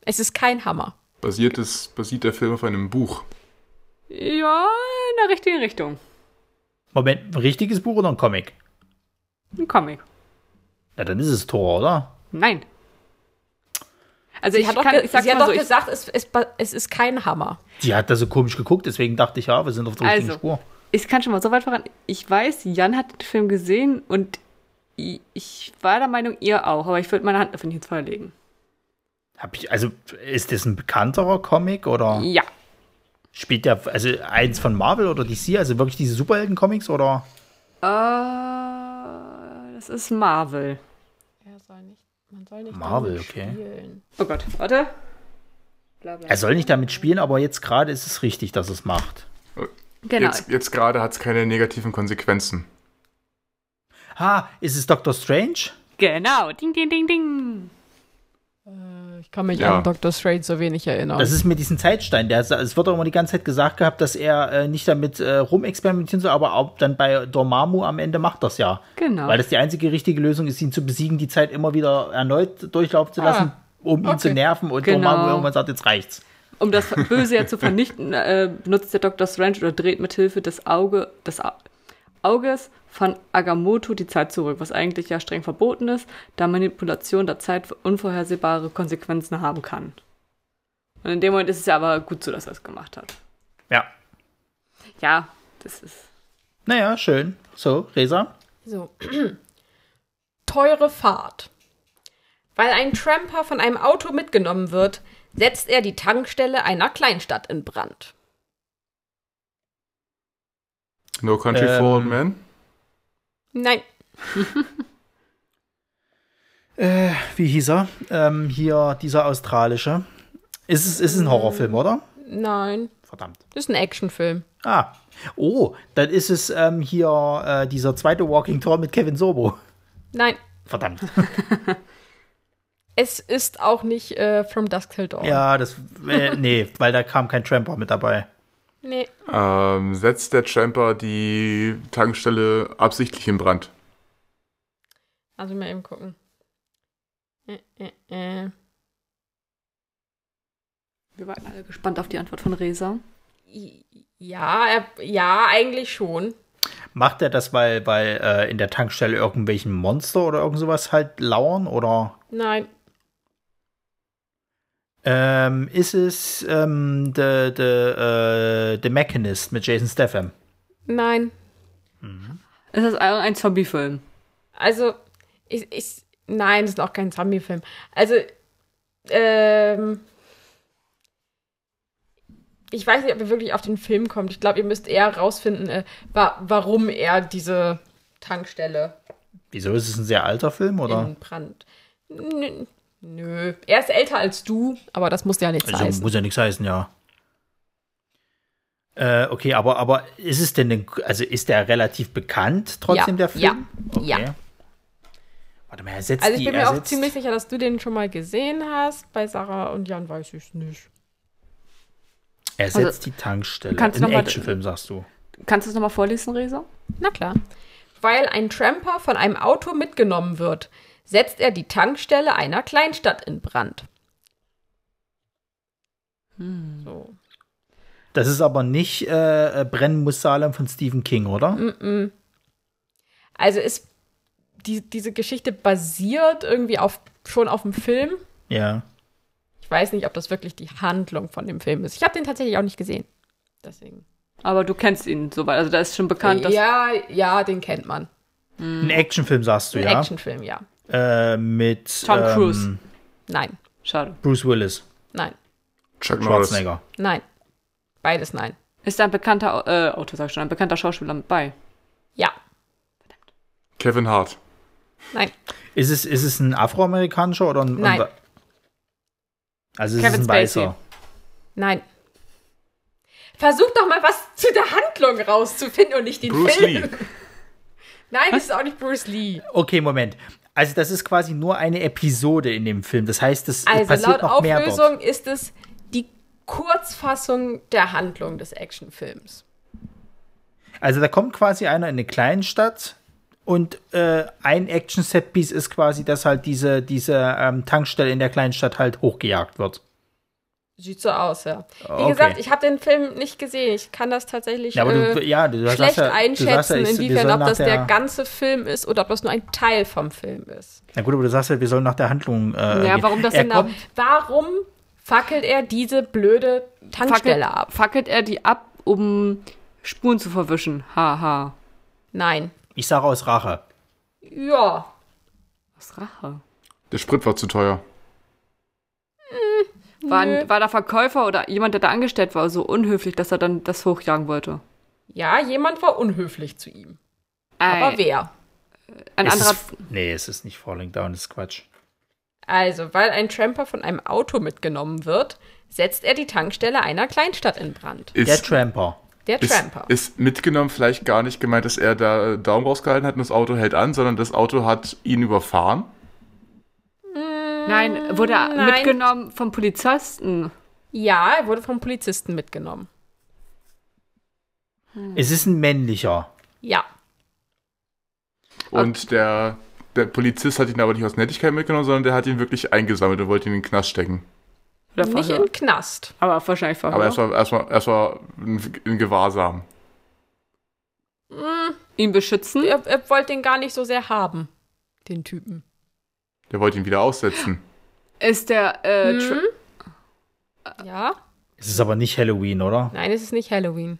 D: Es ist kein Hammer.
B: Basiert, es, basiert der Film auf einem Buch?
E: Ja, in der richtigen Richtung.
A: Moment, ein richtiges Buch oder ein Comic?
E: Ein Comic.
A: Ja, dann ist es Tor, oder?
E: Nein. Also
D: Sie
E: ich
D: hat doch,
E: kann,
D: ge
E: ich sag's
D: sie hat
E: mal
D: doch
E: so, ich,
D: gesagt, es, es, ba- es ist kein Hammer.
A: Die hat da so komisch geguckt, deswegen dachte ich, ja, wir sind auf der richtigen
E: Also.
A: Spur.
E: ich kann schon mal so weit voran. Ich weiß, Jan hat den Film gesehen und i- ich war der Meinung, ihr auch, aber ich würde meine Hand dafür nicht ins Feuer legen.
A: Hab ich, also, ist das ein bekannterer Comic oder
E: Ja.
A: spielt der, also eins von Marvel oder DC, also wirklich diese Superhelden-Comics oder?
E: Äh, das ist Marvel.
D: Er soll nicht, man soll nicht
A: Marvel, damit okay.
E: Oh Gott, warte. Bla, bla.
A: Er soll nicht damit spielen, aber jetzt gerade ist es richtig, dass es macht.
E: Genau.
B: Jetzt, jetzt gerade hat es keine negativen Konsequenzen.
A: Ha, ist es Doctor Strange?
E: Genau. Ding, ding, ding, ding.
D: Ich kann mich
B: Ja.
D: an Dr. Strange so wenig erinnern.
A: Das ist mit diesem Zeitstein. Der, es wird auch immer die ganze Zeit gesagt gehabt, dass er äh, nicht damit äh, rumexperimentieren soll, aber auch dann bei Dormammu am Ende macht das ja.
E: Genau.
A: Weil das die einzige richtige Lösung ist, ihn zu besiegen, die Zeit immer wieder erneut durchlaufen zu lassen, um ihn
D: okay.
A: zu nerven und
E: Genau.
A: Dormammu irgendwann sagt, jetzt reicht's.
E: Um das Böse ja zu vernichten, äh, benutzt der Dr. Strange oder dreht mithilfe des, Auge, des Au- Auges von Agamotto die Zeit zurück, was eigentlich ja streng verboten ist, da Manipulation der Zeit unvorhersehbare Konsequenzen haben kann. Und in dem Moment ist es ja aber gut so, dass er es gemacht hat.
A: Ja.
E: Ja, das ist.
A: Naja, schön. So, Resa.
D: So. Teure Fahrt. Weil ein Tramper von einem Auto mitgenommen wird, setzt er die Tankstelle einer Kleinstadt in Brand.
B: No Country
A: Ähm.
B: for Old Men?
D: Nein,
A: Wie hieß er? Ähm, hier, dieser australische. Ist es ist es ein Horrorfilm, oder?
D: nein.
A: Verdammt.
D: Das ist ein Actionfilm.
A: Ah. Oh, dann ist es ähm, hier äh, dieser zweite Walking Tour mit Kevin Sorbo.
D: Nein.
A: Verdammt.
D: Es ist auch nicht äh, From Dusk Till Dawn.
A: Ja, das. Äh, nee, weil da kam kein Tramper mit dabei.
D: Nee.
B: Ähm, setzt der Tramper die Tankstelle absichtlich in Brand?
D: Also mal eben gucken. Äh, äh, äh.
E: Wir waren alle gespannt auf die Antwort von Resa.
D: I- Ja, er, ja, eigentlich schon.
A: Macht er das, weil, weil äh, in der Tankstelle irgendwelchen Monster oder irgend sowas halt lauern? Oder
D: Nein.
A: ähm, ist es ähm, The, the, äh, the Mechanist mit Jason Statham?
D: Nein.
E: Es ist ein ein Zombie-Film.
D: Also, ich, ich, nein, das ist auch kein Zombie-Film. Also, ähm, ich weiß nicht, ob ihr wirklich auf den Film kommt. Ich glaube, ihr müsst eher rausfinden, äh, wa warum er diese Tankstelle
A: Wieso ist es ein sehr alter Film? Oder?
D: in Brand. N- Nö, er ist älter als du, aber das muss ja nichts
A: Also,
D: heißen.
A: muss ja nichts heißen, ja. Äh, okay, aber, aber ist es denn, ein- also ist der relativ bekannt trotzdem
D: Ja,
A: der Film?
D: ja, ja.
A: Warte mal, er setzt
D: Also, ich
A: die,
D: bin
A: er
D: mir auch
A: setzt-
D: ziemlich sicher, dass du den schon mal gesehen hast. Bei Sarah und Jan weiß ich nicht.
A: Er
D: Also,
A: setzt die Tankstelle.
E: Kannst du
A: Ein
E: noch mal-
A: Actionfilm, sagst du.
E: Kannst du es nochmal vorlesen, Resa?
D: Na klar. Weil ein Tramper von einem Auto mitgenommen wird, setzt er die Tankstelle einer Kleinstadt in Brand. So.
A: Das ist aber nicht äh, äh, Brennen muss Salem von Stephen King,
D: Mhm.
A: oder?
D: Mm-mm. Also ist die, diese Geschichte basiert irgendwie auf, schon auf dem Film.
A: Ja.
D: Ich weiß nicht, ob das wirklich die Handlung von dem Film ist. Ich habe den tatsächlich auch nicht gesehen. Deswegen.
E: Aber du kennst ihn soweit. Also da ist schon bekannt, dass.
D: ja, ja, den kennt man.
A: Ein Actionfilm, sagst du,
D: Ein
A: ja?
D: Actionfilm, ja.
A: Äh, mit
E: Tom Cruise.
D: Nein,
E: Schade.
A: Bruce Willis,
D: nein,
B: Chuck Norris.
A: Schwarzenegger.
D: nein. Beides nein.
E: Ist da ein bekannter äh, Autor, sag ich schon, ein bekannter Schauspieler mit bei?
D: Ja,
B: Kevin Hart.
D: nein.
A: Ist es, ist es ein afroamerikanischer oder ein.
D: Nein.
A: Also es
E: Kevin
A: ist ein
E: Spacey.
A: weißer.
D: Nein. Versuch doch mal was zu der Handlung rauszufinden und nicht den
B: Bruce
D: Film.
B: Lee.
D: Nein, das ist auch nicht Bruce Lee.
A: Okay, Moment. Also das ist quasi nur eine Episode in dem Film. Das heißt, es
D: Also
A: passiert
D: laut
A: noch mehr dort.
D: Auflösung ist es die Kurzfassung der Handlung des Actionfilms.
A: Also da kommt quasi einer in eine Kleinstadt und äh, ein Action-Setpiece ist quasi, dass halt diese, diese ähm, Tankstelle in der Kleinstadt halt hochgejagt wird.
D: Sieht so aus, ja. Wie
A: Okay.
D: gesagt, ich habe den Film nicht gesehen. Ich kann das tatsächlich
A: Ja, aber du,
D: äh,
A: ja, du
D: schlecht
A: sagst ja, du sagst ja,
D: einschätzen,
A: ich- wir
D: inwiefern
A: sollen
D: ob das
A: nach
D: der, ganze Film ist oder ob das nur ein Teil vom Film ist. Genau.
A: Na gut, aber du sagst ja, wir sollen nach der Handlung. Äh,
E: Ja,
A: gehen.
E: warum das
A: er
E: denn
A: kommt,
D: Warum fackelt er diese blöde Tankstelle ab?
E: fackelt er die ab, um Spuren zu verwischen. Haha. Ha.
D: Nein.
A: Ich sage aus Rache.
D: Ja,
E: Was Rache?
B: Der Sprit war zu teuer.
E: War,
D: Nö.
E: war der Verkäufer oder jemand, der da angestellt war, so unhöflich, dass er dann das hochjagen wollte?
D: Ja, jemand war unhöflich zu ihm. Aber
E: Ei,
D: wer?
E: ein
A: Ist
E: anderer.
A: es, nee, es ist nicht Falling Down, das ist Quatsch.
D: Also, weil ein Tramper von einem Auto mitgenommen wird, setzt er die Tankstelle einer Kleinstadt in Brand.
A: Der
B: Ist,
A: Tramper.
D: Der
B: ist,
D: Tramper.
B: ist mitgenommen vielleicht gar nicht gemeint, dass er da Daumen rausgehalten hat und das Auto hält an, sondern das Auto hat ihn überfahren.
E: Nein, wurde
D: nein.
E: mitgenommen vom Polizisten.
D: ja, er wurde vom Polizisten mitgenommen.
A: Es ist ein männlicher.
D: Ja.
B: Und der, der Polizist hat ihn aber nicht aus Nettigkeit mitgenommen, sondern der hat ihn wirklich eingesammelt und wollte ihn in den Knast stecken.
E: Oder
D: Nicht
E: Verhör.
D: im Knast.
E: aber wahrscheinlich Verhör.
B: Aber erstmal erstmal erstmal in, in Gewahrsam.
E: ihn beschützen.
D: Er, er wollte den gar nicht so sehr haben, den Typen.
B: Der wollte ihn wieder aussetzen.
E: Ist der äh, Tra-
D: Hm? Ja?
A: Es ist aber nicht Halloween, oder?
D: Nein, es ist nicht Halloween.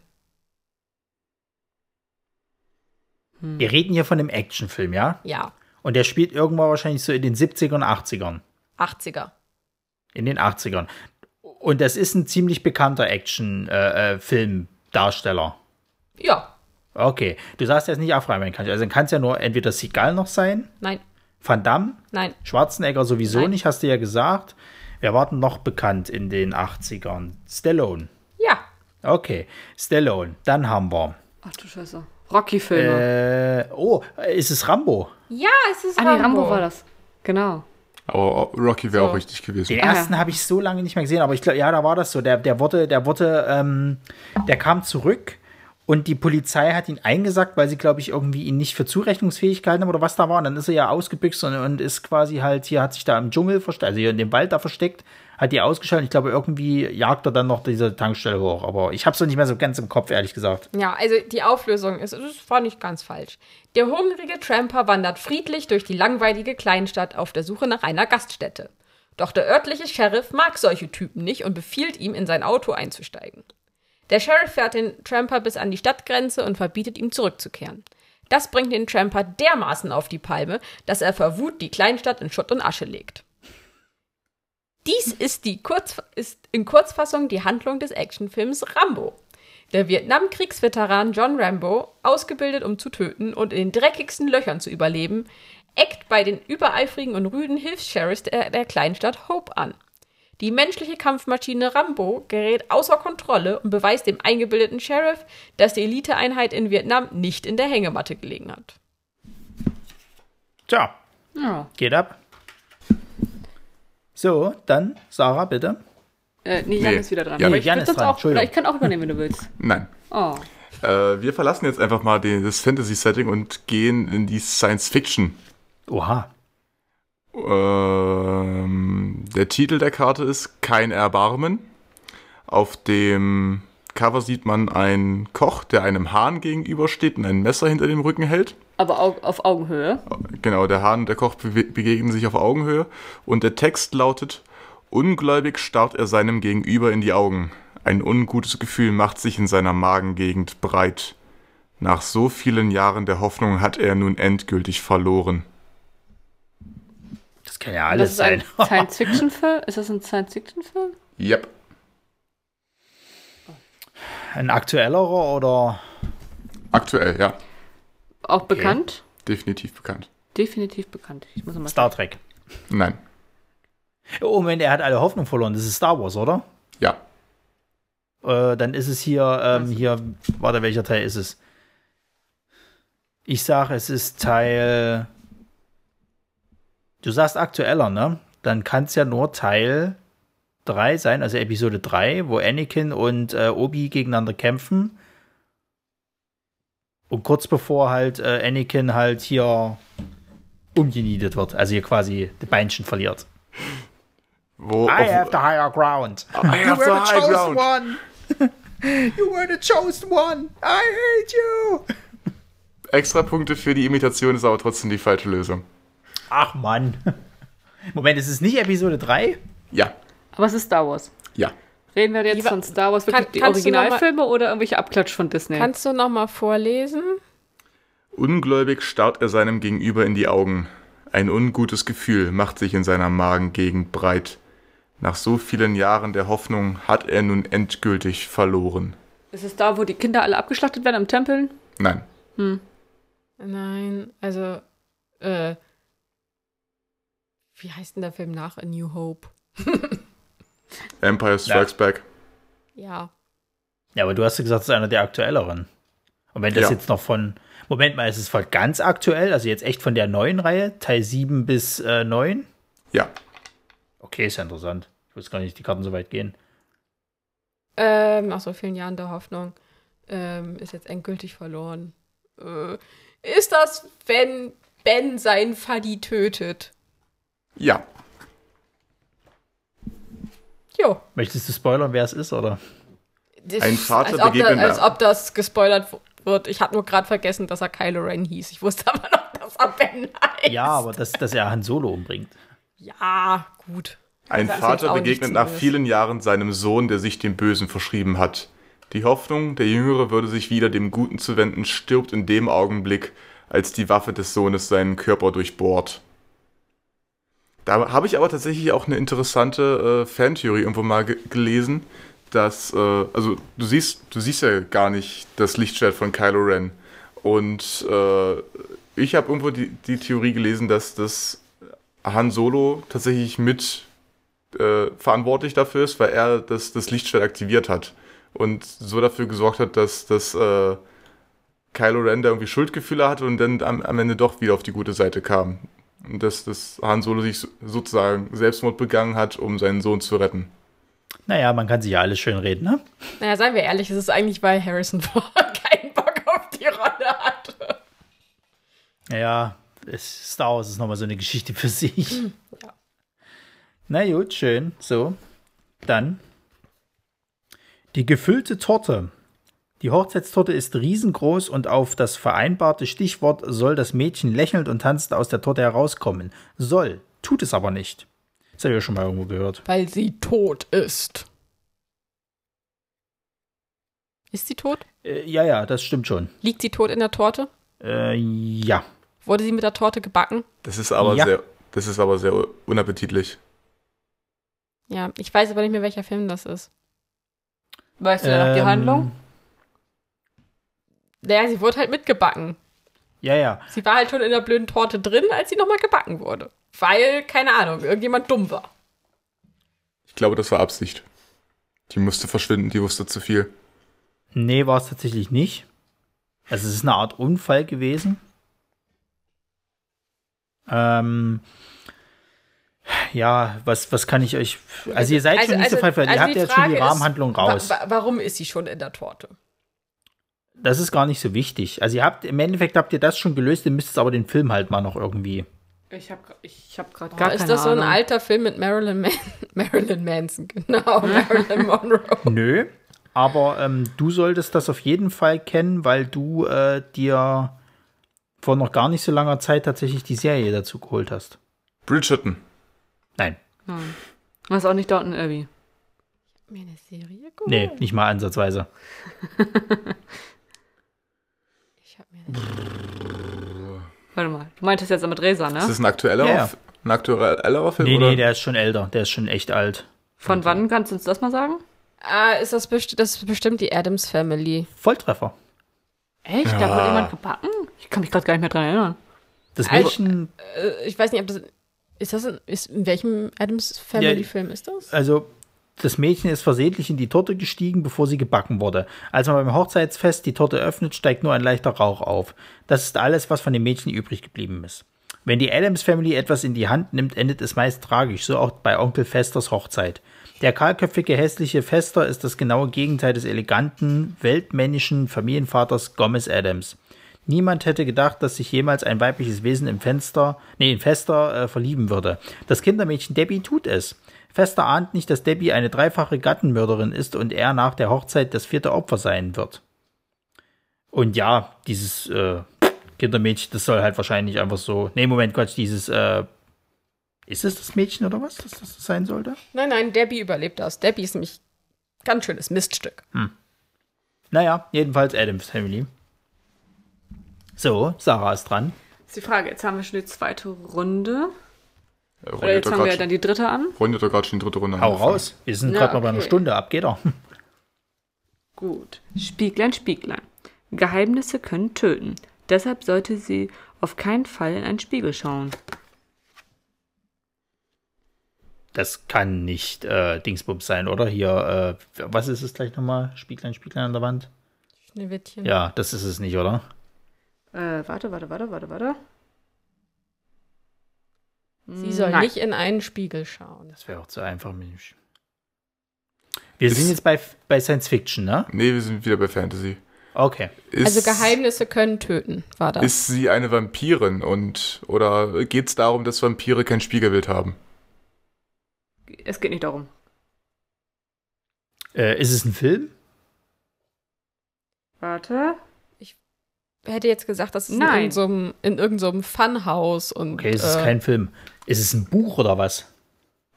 A: Wir reden hier von einem Actionfilm, ja?
D: Ja,
A: Und der spielt irgendwann wahrscheinlich so in den 70ern, 80ern.
D: 80er.
A: In den 80ern. Und das ist ein ziemlich bekannter äh, Action-Film-Darsteller.
D: Ja,
A: okay. Du sagst jetzt nicht Afra kann Also dann kann es ja nur entweder Seagal noch sein,
D: nein,
A: Van Damme,
D: nein.
A: Schwarzenegger sowieso
D: Nein.
A: nicht, hast du ja gesagt. Wer war denn noch bekannt in den 80ern? Stallone.
D: Ja,
A: Okay, Stallone. Dann haben wir.
E: Ach du Scheiße. Rocky-Filme.
A: Äh, oh, ist es Rambo?
D: ja, es ist
E: ah, nee, Rambo war das. Genau.
B: Aber Rocky wäre auch richtig gewesen.
A: Den
E: Ah, ja.
A: ersten habe ich so lange nicht mehr gesehen, aber ich glaube, ja, da war das so. Der, der wurde, der wurde, ähm, der kam zurück und die Polizei hat ihn eingesackt, weil sie, glaube ich, irgendwie ihn nicht für zurechnungsfähig gehalten haben oder was da war. Und dann ist er ja ausgebüxt und, und ist quasi halt hier, hat sich da im Dschungel versteckt, also hier in dem Wald da versteckt, hat die ausgeschaltet. Ich glaube, irgendwie jagt er dann noch diese Tankstelle hoch. Aber ich habe es nicht mehr so ganz im Kopf, ehrlich gesagt.
D: Ja, also die Auflösung ist, das war nicht ganz falsch. Der hungrige Tramper wandert friedlich durch die langweilige Kleinstadt auf der Suche nach einer Gaststätte. Doch der örtliche Sheriff mag solche Typen nicht und befiehlt ihm, in sein Auto einzusteigen. Der Sheriff fährt den Tramper bis an die Stadtgrenze und verbietet ihm zurückzukehren. Das bringt den Tramper dermaßen auf die Palme, dass er vor Wut die Kleinstadt in Schutt und Asche legt. Dies ist, die Kurz ist in Kurzfassung die Handlung des Actionfilms Rambo. Der Vietnamkriegsveteran John Rambo, ausgebildet um zu töten und in den dreckigsten Löchern zu überleben, eckt bei den übereifrigen und rüden Hilfs-Sheriffs der, der Kleinstadt Hope an. Die menschliche Kampfmaschine Rambo gerät außer Kontrolle und beweist dem eingebildeten Sheriff, dass die Eliteeinheit in Vietnam nicht in der Hängematte gelegen hat.
A: Tja,
E: Ja.
A: geht ab. So, dann Sarah, bitte.
E: Äh, nee, Jan
B: Nee.
E: ist wieder dran.
B: Ja,
E: Aber
A: nee,
E: ich
A: Jan
E: würde
A: ist
E: sonst
A: dran.
E: auch, oder
A: Entschuldigung.
E: ich kann auch übernehmen, wenn du willst.
B: Nein.
E: Oh.
B: Äh, wir verlassen jetzt einfach mal den, das Fantasy-Setting und gehen in die Science-Fiction.
A: Oha.
B: Ähm, der Titel der Karte ist Kein Erbarmen. Auf dem Cover sieht man einen Koch, der einem Hahn gegenübersteht und ein Messer hinter dem Rücken hält.
E: Aber au auf Augenhöhe.
B: Genau, der Hahn und der Koch bewe- begegnen sich auf Augenhöhe. Und der Text lautet, ungläubig starrt er seinem Gegenüber in die Augen. Ein ungutes Gefühl macht sich in seiner Magengegend breit. Nach so vielen Jahren der Hoffnung hat er nun endgültig verloren.
A: Das kann ja
E: Das
A: alles
E: ist ein
A: sein.
E: Science-Fiction-Film? Ist das ein Science-Fiction-Film?
B: Yep.
A: Ein aktuellerer oder?
B: Aktuell, ja.
E: Auch bekannt?
B: Definitiv bekannt.
E: Definitiv bekannt. Ich muss mal
A: Star Trek.
B: Nein.
A: Oh, Moment, er hat alle Hoffnung verloren. Das ist Star Wars, oder?
B: Ja.
A: Äh, dann ist es hier, ähm, hier, warte, welcher Teil ist es? Ich sage, es ist Teil. Du sagst aktueller, ne? Dann kann es ja nur Teil 3 sein, also Episode 3, wo Anakin und äh, Obi gegeneinander kämpfen. Und kurz bevor halt äh, Anakin halt hier umgenietet wird, also hier quasi die Beinchen verliert.
B: Wo
A: I
B: auf-
A: have the higher ground.
B: I have the high ground.
A: one. you were the chosen one. I hate you.
B: Extra Punkte für die Imitation ist aber trotzdem die falsche Lösung.
A: Ach Mann. Moment, ist es nicht Episode 3?
B: Ja.
E: Aber es ist Star Wars.
B: Ja.
E: Reden wir jetzt
D: wa-
E: von Star Wars, wirklich
D: Kann-
E: die
D: kannst du noch mal-
E: Originalfilme oder irgendwelche Abklatsch von Disney?
D: Kannst du nochmal vorlesen?
B: Ungläubig starrt er seinem Gegenüber in die Augen. Ein ungutes Gefühl macht sich in seiner Magengegend breit. Nach so vielen Jahren der Hoffnung hat er nun endgültig verloren.
E: ist es da, wo die Kinder alle abgeschlachtet werden am Hm. Tempel?
B: Nein.
D: Nein, also, äh, wie heißt denn der Film nach A New Hope?
B: Empire Strikes Back.
D: Ja.
A: Ja, aber du hast ja gesagt, es ist einer der aktuelleren. Und wenn das
B: Ja.
A: jetzt noch von, Moment mal, ist es von ganz aktuell, also jetzt echt von der neuen Reihe, Teil 7 bis äh, 9?
B: Ja.
A: Okay, ist ja interessant. Ich wusste gar nicht, die Karten so weit gehen.
D: Ähm, nach so vielen Jahren der Hoffnung ähm, ist jetzt endgültig verloren. Äh, ist das, wenn Ben seinen Faddy tötet?
B: Ja.
D: Jo.
A: Möchtest du spoilern, wer es ist, oder?
D: Das-
B: Ein Vater
D: als ob, da,
B: begegnet
D: als
B: einer.
D: ob das gespoilert w- wird. Ich habe nur gerade vergessen, dass er Kylo Ren hieß. Ich wusste aber noch, dass er Ben heißt.
A: Ja, aber dass, dass er Han Solo umbringt.
D: Ja, gut.
B: Ein
D: Das ist
B: Vater
D: jetzt auch
B: begegnet
D: nichts
B: nach
D: Neues.
B: vielen Jahren seinem Sohn, der sich dem Bösen verschrieben hat. Die Hoffnung, der Jüngere würde sich wieder dem Guten zuwenden, stirbt in dem Augenblick, als die Waffe des Sohnes seinen Körper durchbohrt. Da habe ich aber tatsächlich auch eine interessante äh, Fantheorie irgendwo mal ge gelesen, dass, äh, also du siehst, du siehst ja gar nicht das Lichtschwert von Kylo Ren. Und äh, ich habe irgendwo die, die Theorie gelesen, dass das Han Solo tatsächlich mit äh, verantwortlich dafür ist, weil er das, das Lichtschwert aktiviert hat und so dafür gesorgt hat, dass, dass äh, Kylo Ren da irgendwie Schuldgefühle hatte und dann am, am Ende doch wieder auf die gute Seite kam. Und dass, dass Han Solo sich so- sozusagen Selbstmord begangen hat, um seinen Sohn zu retten.
A: Naja, man kann sich ja alles schön reden, ne?
D: Naja, seien wir ehrlich, es ist eigentlich, weil Harrison Ford keinen Bock auf die Rolle hatte.
A: Naja, es, Star Wars ist nochmal so eine Geschichte für sich.
E: Hm,
A: Na gut, schön. So, dann. Die gefüllte Torte. Die Hochzeitstorte ist riesengroß und auf das vereinbarte Stichwort soll das Mädchen lächelnd und tanzend aus der Torte herauskommen. Soll, tut es aber nicht. Das habe ich ja schon mal irgendwo gehört.
D: Weil sie tot ist. Ist sie tot?
A: Äh, ja, ja, das stimmt schon.
D: Liegt sie tot in der Torte?
A: Äh, ja.
D: Wurde sie mit der Torte gebacken?
B: Das ist aber
A: Ja.
B: sehr, das ist aber sehr unappetitlich.
D: Ja, ich weiß aber nicht mehr, welcher Film das ist.
E: Weißt du denn noch die
A: Ähm,
E: Handlung?
D: Naja, sie wurde halt mitgebacken.
A: Ja, ja.
D: Sie war halt schon in der blöden Torte drin, als sie nochmal gebacken wurde. Weil, keine Ahnung, irgendjemand dumm war.
B: Ich glaube, das war Absicht. Die musste verschwinden, die wusste zu viel.
A: Nee, war es tatsächlich nicht. Also es ist eine Art Unfall gewesen. Ähm, ja, was, was kann ich euch. Also ihr seid schon nicht so weit, ihr habt ja jetzt schon die
D: also Frage ist,
A: Rahmenhandlung raus.
D: Wa wa warum ist sie schon in der Torte?
A: Das ist gar nicht so wichtig. Also ihr habt, im Endeffekt habt ihr das schon gelöst, ihr müsst jetzt aber den Film halt mal noch irgendwie.
E: Ich habe ich hab gerade
D: Gar
E: gar
D: ist
E: keine
D: das so ein
E: Ahnung.
D: alter Film mit Marilyn, Man Marilyn Manson? Genau, Marilyn Monroe.
A: Nö. Aber ähm, du solltest das auf jeden Fall kennen, weil du äh, dir vor noch gar nicht so langer Zeit tatsächlich die Serie dazu geholt hast.
B: Bridgerton.
A: Nein.
E: Das ist auch nicht Downton Abbey.
D: Mir eine Serie
A: Nee, nicht mal ansatzweise.
D: Ich hab mir eine
E: Warte mal, du meintest jetzt mit Resa,
B: Ist
E: ne?
B: das ein aktuellerer,
A: Ja, ja.
B: F- ein aktuellerer Film?
A: Nee,
B: oder?
A: nee, der ist schon älter. Der ist schon echt alt.
E: Von wann kannst du uns das mal sagen?
D: Ah, ist das, best das ist bestimmt die Adams Family.
A: Volltreffer.
E: Echt? Da wurde jemand gebacken? Ich kann mich gerade gar nicht mehr dran erinnern.
A: Das
D: Also,
A: Mädchen,
D: Äh, ich weiß nicht, ob das. Ist das in, ist, in welchem Adams Family Film ist das?
A: also das Mädchen ist versehentlich in die Torte gestiegen, bevor sie gebacken wurde. Als man beim Hochzeitsfest die Torte öffnet, steigt nur ein leichter Rauch auf. Das ist alles, was von dem Mädchen übrig geblieben ist. Wenn die Adams Family etwas in die Hand nimmt, endet es meist tragisch, so auch bei Onkel Festers Hochzeit. Der kahlköpfige, hässliche Fester ist das genaue Gegenteil des eleganten, weltmännischen Familienvaters Gomez Adams. Niemand hätte gedacht, dass sich jemals ein weibliches Wesen im Fenster, nee, in Fester äh, verlieben würde. Das Kindermädchen Debbie tut es. Fester ahnt nicht, dass Debbie eine dreifache Gattenmörderin ist und er nach der Hochzeit das vierte Opfer sein wird. Und ja, dieses äh, Kindermädchen, das soll halt wahrscheinlich einfach so. Nee, Moment, Quatsch, dieses. Äh, ist es das Mädchen oder was, dass das sein sollte?
D: Nein, nein, Debbie überlebt das. Debbie ist nämlich ganz schönes Miststück.
A: Naja, jedenfalls Adams Family. So, Sarah ist dran.
E: Ist die Frage, jetzt haben wir schon die zweite Runde.
B: Äh,
E: Oder
B: Ronny
E: jetzt
B: hat
E: haben wir ja
B: gerade
E: dann die dritte an.
B: schon die dritte Runde.
A: Hau
B: angefangen.
A: raus. Wir sind
E: Na,
A: gerade noch bei einer
E: okay.
A: Stunde. Ab geht er.
E: Gut. Spieglein, Spieglein. Geheimnisse können töten. Deshalb sollte sie auf keinen Fall in einen Spiegel schauen.
A: das kann nicht äh, Dingsbums sein, oder? Hier, äh, was ist es gleich nochmal? Spieglein, Spieglein an der Wand?
D: Schneewittchen.
A: Ja, das ist es nicht, oder?
E: Äh, warte, warte, warte, warte, warte.
D: Sie soll
E: Nein.
D: nicht in einen Spiegel schauen.
A: Das wäre auch zu einfach. mit dem Sch- Wir
B: Ist-
A: sind jetzt bei, bei Science Fiction, ne?
B: Nee, wir sind wieder bei Fantasy.
A: Okay.
B: Ist,
D: also Geheimnisse können töten, war das.
B: Ist sie eine Vampirin und oder geht es darum, dass Vampire kein Spiegelbild haben?
E: Es geht nicht darum.
A: Äh, ist es ein Film?
E: Warte.
D: hätte jetzt gesagt, das ist
E: Nein.
D: in irgendeinem in irgendeinem Funhaus und
A: Okay, es ist
D: äh,
A: kein Film. Ist es ein Buch oder was?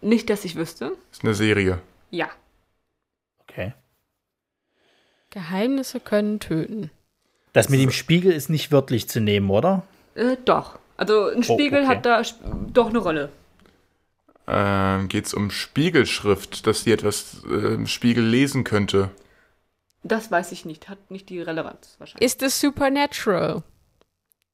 E: Nicht, dass ich wüsste.
B: Ist eine Serie.
E: Ja.
A: Okay.
D: Geheimnisse können töten.
A: Das mit dem Spiegel ist nicht wörtlich zu nehmen, oder?
E: Äh, doch. Also ein Spiegel
A: okay.
E: hat da sp- doch eine Rolle.
B: Ähm, geht es um Spiegelschrift, dass sie etwas äh, im Spiegel lesen könnte?
E: Das weiß ich nicht. Hat nicht die Relevanz wahrscheinlich.
D: Ist es supernatural?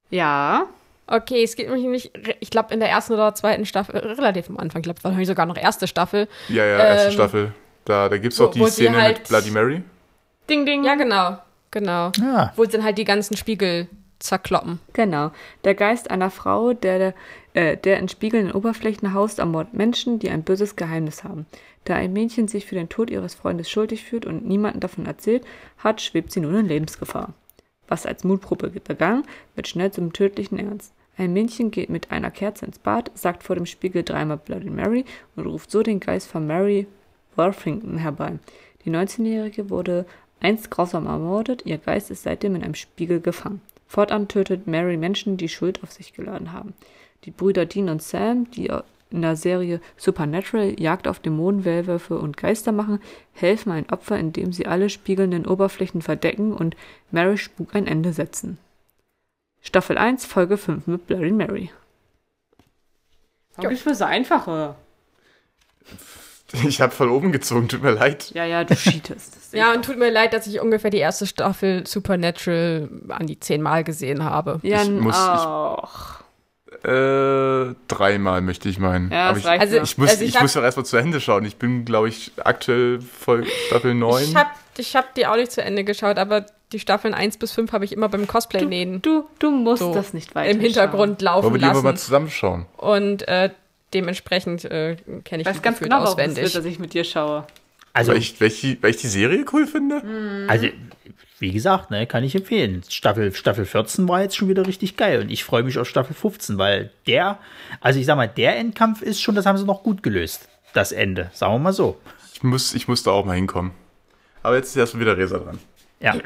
E: ja.
D: Okay, es geht nämlich nicht, ich glaube in der ersten oder zweiten Staffel, relativ am Anfang, ich glaube wahrscheinlich sogar noch erste Staffel.
B: Ja, ja, erste
D: Ähm,
B: Staffel. Da, da gibt es
D: wo-
B: auch die
D: wo sie
B: Szene mit
D: halt-
B: Bloody Mary.
E: Ding, ding.
D: Ja, genau, genau.
A: Ja.
D: Wo dann halt die ganzen Spiegel zerkloppen.
E: Genau. Der Geist einer Frau, der, äh, der in spiegelnden Oberflächen haust, ermordet Menschen, die ein böses Geheimnis haben. Da ein Mädchen sich für den Tod ihres Freundes schuldig fühlt und niemanden davon erzählt hat, schwebt sie nun in Lebensgefahr. Was als Mutprobe begann, wird schnell zum tödlichen Ernst. Ein Mädchen geht mit einer Kerze ins Bad, sagt vor dem Spiegel dreimal Bloody Mary und ruft so den Geist von Mary Worthington herbei. Die 19-Jährige wurde einst grausam ermordet, ihr Geist ist seitdem in einem Spiegel gefangen. Fortan tötet Mary Menschen, die Schuld auf sich geladen haben. Die Brüder Dean und Sam, die in der Serie Supernatural Jagd auf Dämonen, Werwölfe und Geister machen, helfen ein Opfer, indem sie alle spiegelnden Oberflächen verdecken und Marys Spuk ein Ende setzen. Staffel 1, Folge 5 mit Bloody Mary.
C: Warum gibt's mir so einfache?
B: Ich habe voll oben gezogen, tut mir leid.
E: Ja, ja, du cheatest.
D: Ja, und tut mir leid, dass ich ungefähr die erste Staffel Supernatural an die zehnmal gesehen habe.
E: ja,
B: ich muss- ich-
E: auch.
B: Äh, dreimal möchte ich meinen.
E: Ja,
B: Aber
E: das
B: ich,
E: reicht
D: also
E: ja.
B: ich muss,
D: Also ich
B: ich
D: hab-
B: muss doch erstmal zu Ende schauen. Ich bin, glaube ich, aktuell voll Staffel 9.
D: Ich habe ich hab die auch nicht zu Ende geschaut, aber die Staffeln 1 bis 5 habe ich immer beim Cosplay nähen
E: Du, du musst
D: So,
E: das nicht weiter
D: im Hintergrund
B: Wollen
D: laufen
B: wir die einfach mal
D: lassen.
B: zusammenschauen?
D: Und äh, dementsprechend äh, kenne ich
E: Ich weiß
D: das
E: ganz
D: Gefühl
E: genau, warum es
D: auswendig.
E: wird, dass ich mit dir schaue.
A: Also,
B: Weil ich, weil, ich die, weil ich die Serie cool finde?
A: also,
E: Mhm.
A: wie gesagt, ne, kann ich empfehlen. Staffel, Staffel 14 war jetzt schon wieder richtig geil und ich freue mich auf Staffel 15, weil der, also ich sag mal, der Endkampf ist schon, das haben sie noch gut gelöst. Das Ende, sagen wir mal so.
B: Ich, muss, ich muss da auch mal hinkommen. Aber jetzt ist erstmal wieder Resa dran.
A: Ja.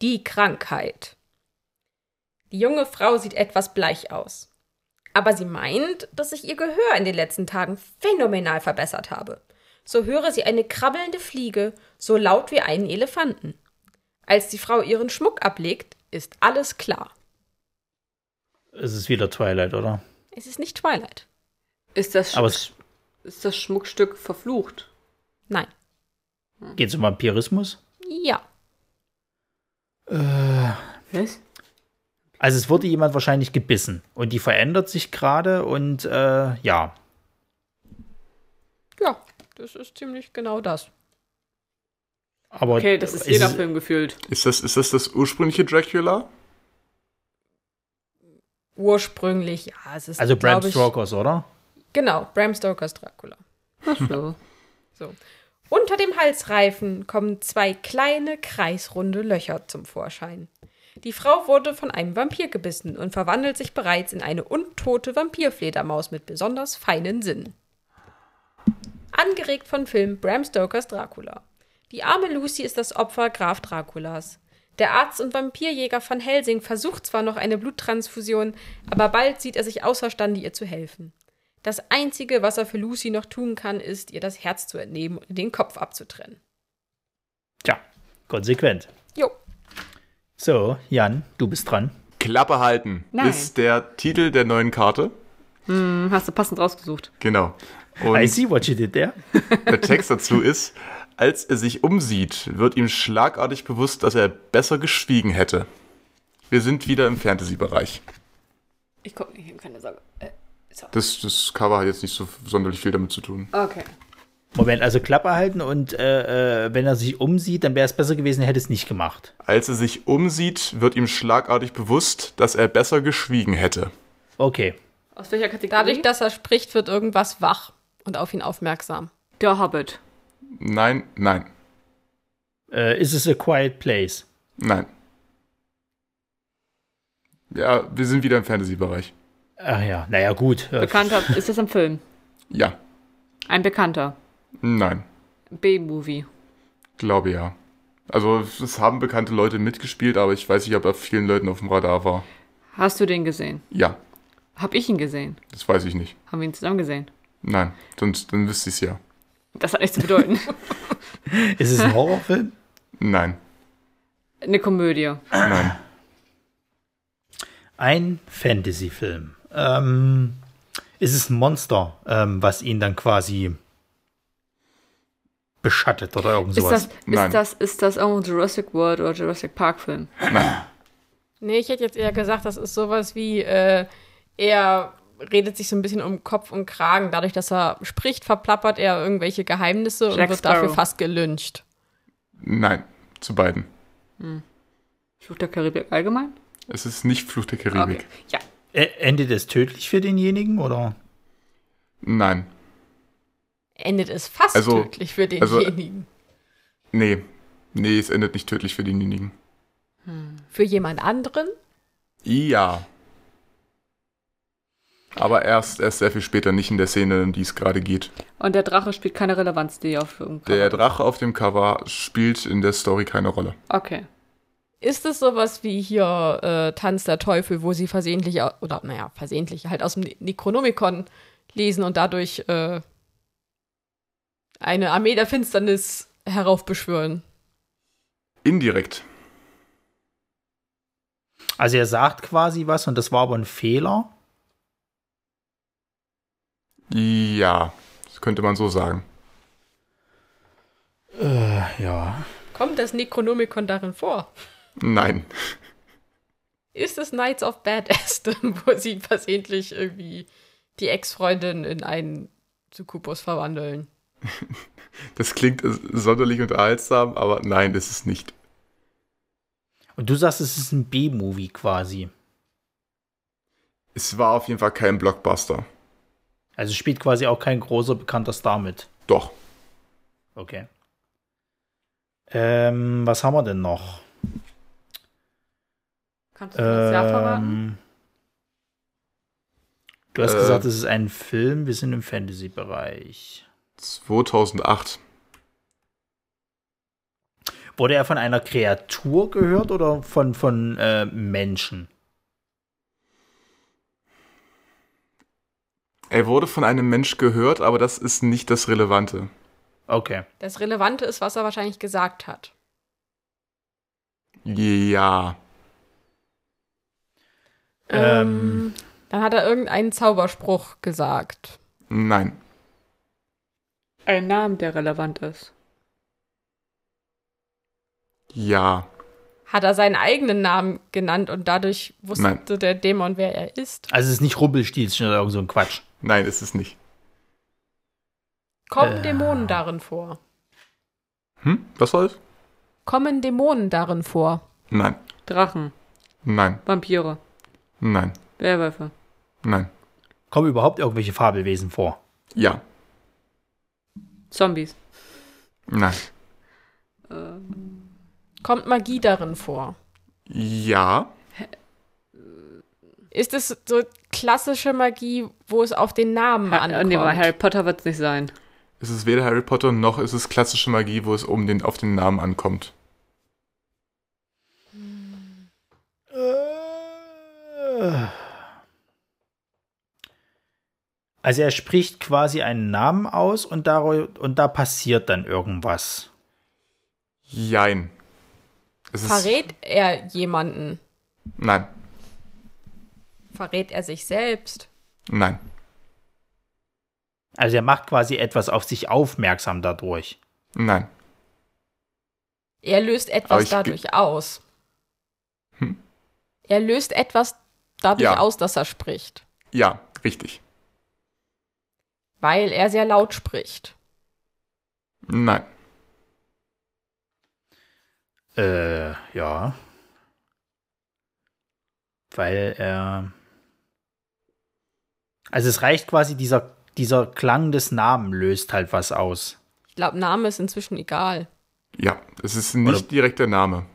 D: Die Krankheit. Die junge Frau sieht etwas bleich aus. Aber sie meint, dass sich ihr Gehör in den letzten Tagen phänomenal verbessert habe. So höre sie eine krabbelnde Fliege, so laut wie einen Elefanten. Als die Frau ihren Schmuck ablegt, ist alles klar.
A: Es ist wieder Twilight, oder?
D: Es ist nicht Twilight.
E: Ist das, Sch-
A: Aber es-
E: ist das Schmuckstück verflucht?
D: Nein.
A: Geht es um Vampirismus?
D: Ja.
E: Was?
A: Also es wurde jemand wahrscheinlich gebissen und die verändert sich gerade und äh, ja.
D: Ja, das ist ziemlich genau das.
A: Aber
E: Okay, das ist
A: es
E: jeder Film gefühlt.
B: Ist das, ist das das ursprüngliche Dracula?
D: Ursprünglich, ja, es ist.
A: Also Bram
D: glaub ich-
A: Stokers, oder?
D: Genau, Bram Stokers Dracula.
E: Ach so.
D: Unter dem Halsreifen kommen zwei kleine kreisrunde Löcher zum Vorschein. Die Frau wurde von einem Vampir gebissen und verwandelt sich bereits in eine untote Vampirfledermaus mit besonders feinen Sinnen. Angeregt von Film Bram Stokers Dracula. Die arme Lucy ist das Opfer Graf Draculas. Der Arzt und Vampirjäger van Helsing versucht zwar noch eine Bluttransfusion, aber bald sieht er sich außerstande, ihr zu helfen. Das Einzige, was er für Lucy noch tun kann, ist, ihr das Herz zu entnehmen und den Kopf abzutrennen.
A: Tja, konsequent.
D: Jo.
A: So, Jan, du bist dran.
B: Klappe halten
E: Nein.
B: ist der Titel der neuen Karte.
E: Hm, Hast du passend rausgesucht.
B: Genau.
A: I
B: Und
A: see what you did there.
B: der Text dazu ist, als er sich umsieht, wird ihm schlagartig bewusst, dass er besser geschwiegen hätte. Wir sind wieder im Fantasy-Bereich.
E: Ich guck nicht hin, keine Sorge. Äh,
B: Das, das Cover hat jetzt nicht so sonderlich viel damit zu tun.
C: Okay.
A: Moment, also Klappe halten und äh, äh, wenn er sich umsieht, dann wäre es besser gewesen, er hätte es nicht gemacht.
B: Als er sich umsieht, wird ihm schlagartig bewusst, dass er besser geschwiegen hätte.
A: Okay.
C: Aus welcher Kategorie?
D: Dadurch, dass er spricht, wird irgendwas wach und auf ihn aufmerksam.
E: Der Hobbit.
B: Nein, nein,
A: Äh, ist es a quiet place?
B: nein. Ja, wir sind wieder im Fantasy-Bereich.
A: Ach ja, naja, gut. Äh,
E: Bekannter. ist das ein Film?
B: Ja,
E: Ein bekannter.
B: nein,
E: B-Movie.
B: glaube ja. Also es haben bekannte Leute mitgespielt, aber ich weiß nicht, ob er vielen Leuten auf dem Radar war.
E: Hast du den gesehen?
B: Ja,
E: Hab ich ihn gesehen?
B: das weiß ich nicht.
E: Haben wir ihn zusammen gesehen?
B: Nein, sonst dann wüsste ich es ja.
E: Das hat nichts zu bedeuten.
A: ist es ein Horrorfilm?
B: Nein,
E: Eine Komödie.
B: nein.
A: Ein Fantasy-Film. Ähm, ist es ein Monster, ähm, was ihn dann quasi beschattet oder irgend
E: Ist
A: sowas?
E: das, ist,
B: Nein.
E: das, ist das irgendein Jurassic World oder Jurassic Park Film?
D: Nee, ich hätte jetzt eher gesagt, das ist sowas wie, äh, er redet sich so ein bisschen um Kopf und Kragen. Dadurch, dass er spricht, verplappert er irgendwelche Geheimnisse und
E: Jack
D: wird dafür
E: Sparrow.
D: fast gelyncht.
B: Nein, zu beiden.
E: Fluch der Karibik allgemein?
B: Es ist nicht Fluch der Karibik.
E: Okay. Ja.
A: Ä endet es tödlich für denjenigen oder?
B: Nein,
D: Endet es fast
B: Also-
D: tödlich für
B: also-
D: denjenigen.
B: nee. Nee, es endet nicht tödlich für denjenigen.
D: für jemand anderen?
B: Ja. Aber erst, erst sehr viel später, nicht in der Szene, um die es gerade geht.
E: Und der Drache spielt keine Relevanz, die auf irgendeinem
B: Der Drache auf dem Cover spielt in der Story keine Rolle.
E: Okay.
D: Ist es sowas wie hier äh, Tanz der Teufel, wo sie versehentlich, au- oder naja, versehentlich halt aus dem Ne- Necronomicon lesen und dadurch äh, eine Armee der Finsternis heraufbeschwören?
B: Indirekt.
A: Also er sagt quasi was und das war aber ein Fehler.
B: Ja, das könnte man so sagen.
A: Äh, ja.
D: Kommt das Necronomicon darin vor?
B: Nein,
D: Ist es Knights of Badass, wo sie versehentlich irgendwie die Ex-Freundin in einen Succubus verwandeln?
B: das klingt äh, sonderlich unterhaltsam, aber nein, ist es nicht.
A: Und du sagst, es ist ein B-Movie quasi.
B: Es war auf jeden Fall kein Blockbuster.
A: Also spielt quasi auch kein großer bekannter Star mit.
B: Doch,
A: Okay. Ähm, was haben wir denn noch?
E: Kannst du das Jahr verraten?
A: Ähm, du hast
B: Äh.
A: gesagt, es ist ein Film. Wir sind im Fantasy-Bereich.
B: 2008.
A: Wurde er von einer Kreatur gehört oder von, von äh, Menschen?
B: Er wurde von einem Mensch gehört, aber das ist nicht das Relevante.
A: Okay.
D: Das Relevante ist, was er wahrscheinlich gesagt hat.
B: Ja,
A: Ähm.
D: Dann hat er irgendeinen Zauberspruch gesagt.
B: nein.
E: Ein Name, der relevant ist.
B: Ja,
D: Hat er seinen eigenen Namen genannt und dadurch wusste
B: Nein.
D: der Dämon, wer er ist?
A: Also es ist nicht Rumpelstilzchen oder irgend so ein Quatsch.
B: nein, ist es nicht.
D: Kommen
A: Äh.
D: Dämonen darin vor?
B: Hm? Was soll's?
D: Kommen Dämonen darin vor?
B: Nein,
E: Drachen,
B: nein,
E: Vampire,
B: nein,
E: Werwölfe.
B: nein.
A: Kommen überhaupt irgendwelche Fabelwesen vor?
B: Ja,
E: Zombies.
B: nein.
D: Kommt Magie darin vor?
B: Ja,
D: Ist es so klassische Magie, wo es auf den Namen
E: Ha-
D: ankommt?
E: nee, bei Harry Potter wird es nicht sein.
B: es ist weder Harry Potter noch ist es klassische Magie, wo es um den, auf den Namen ankommt.
A: Äh. Also er spricht quasi einen Namen aus und da, und da passiert dann irgendwas.
B: Jein. Es
D: Verrät er jemanden?
B: Nein,
D: Verrät er sich selbst?
B: nein,
A: Also er macht quasi etwas auf sich aufmerksam dadurch.
B: nein.
D: Er löst
B: Aber
D: etwas
B: ich ge-
D: dadurch aus.
B: Hm?
D: Er löst etwas dadurch
B: Ja.
D: aus, dass er spricht.
B: Ja, richtig.
D: weil er sehr laut spricht.
B: Nein.
A: Äh, ja. Weil er. Also es reicht quasi, dieser, dieser Klang des Namen löst halt was aus.
D: Ich glaube, Name ist inzwischen egal.
B: Ja, es ist nicht
A: Oder-
B: direkt der Name.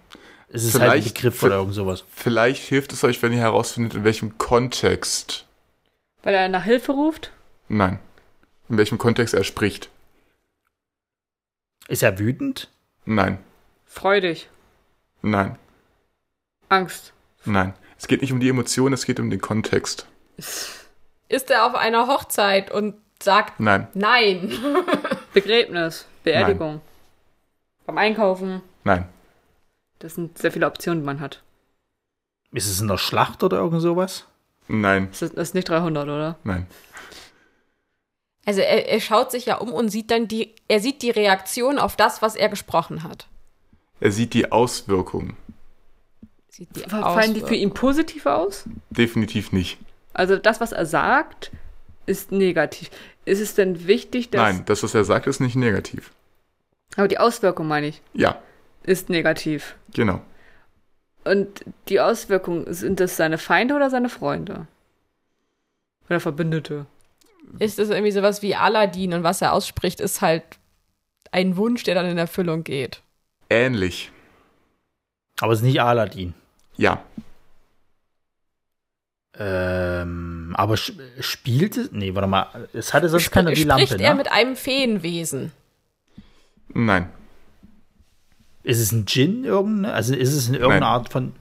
A: Es ist halt ein
B: Vielleicht-
A: Begriff oder irgend sowas.
B: Vielleicht hilft es euch, wenn ihr herausfindet, in welchem Kontext.
E: Weil er nach Hilfe ruft?
B: Nein. In welchem Kontext er spricht.
A: Ist er wütend?
B: Nein.
E: Freudig.
B: Nein.
E: Angst.
B: Nein. Es geht nicht um die Emotion, es geht um den Kontext.
D: Ist er auf einer Hochzeit und sagt
B: Nein.
D: Nein?
E: Begräbnis. Beerdigung. Beim Einkaufen.
B: Nein.
E: Das sind sehr viele Optionen, die man hat.
A: Ist es in der Schlacht oder irgend sowas?
B: Nein.
E: Das ist, das ist nicht 300, oder?
B: Nein.
D: Also er, er schaut sich ja um und sieht dann die, er sieht die Reaktion auf das, was er gesprochen hat.
B: Er sieht die Auswirkungen.
D: Sieht die
E: Fallen die für
D: Auswirkungen.
E: ihn positiv aus?
B: Definitiv nicht.
E: Also das, was er sagt, ist negativ. Ist es denn wichtig, dass...
B: Nein, das, was er sagt, ist nicht negativ.
E: Aber die Auswirkung, meine ich,
B: Ja,
E: ist negativ.
B: genau.
E: Und die Auswirkungen, sind das seine Feinde oder seine Freunde? Oder Verbündete?
D: Ist es irgendwie sowas wie Aladdin und was er ausspricht, ist halt ein Wunsch, der dann in Erfüllung geht.
B: Ähnlich.
A: Aber es ist nicht Aladdin.
B: Ja.
A: Ähm, aber sch- spielt es. Nee, warte mal. Es hatte sonst
D: Sp-
A: keiner die
D: spricht
A: Lampe,
D: er
A: ne?
D: mit einem Feenwesen?
B: Nein.
A: Ist es ein Djinn irgendeine? Also ist es in irgendeiner
B: Nein.
A: Art von.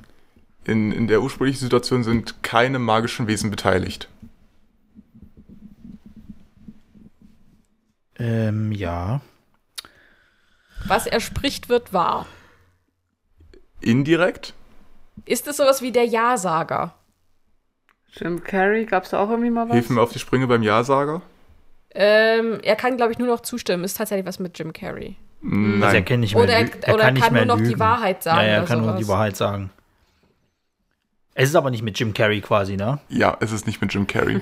B: In, in der ursprünglichen Situation sind keine magischen Wesen beteiligt.
A: Ähm, ja.
D: Was er spricht, wird wahr.
B: Indirekt?
D: Ist es sowas wie der Ja-Sager?
E: Jim Carrey, gab's da auch irgendwie mal was?
B: Hilf mir auf die Sprünge beim Ja-Sager?
D: Ähm, er kann, glaube ich, nur noch zustimmen. Ist tatsächlich was mit Jim Carrey.
E: Hm.
A: Also er
B: Nein.
A: kann nicht mehr
D: Oder er,
A: lü-
D: oder er kann,
A: nicht mehr
D: nur noch die
A: lügen.
D: Wahrheit sagen.
A: Ja, ja, er
D: oder
A: kann
D: sowas.
A: nur die Wahrheit sagen. Es ist aber nicht mit Jim Carrey quasi, ne?
B: Ja, es ist nicht mit Jim Carrey.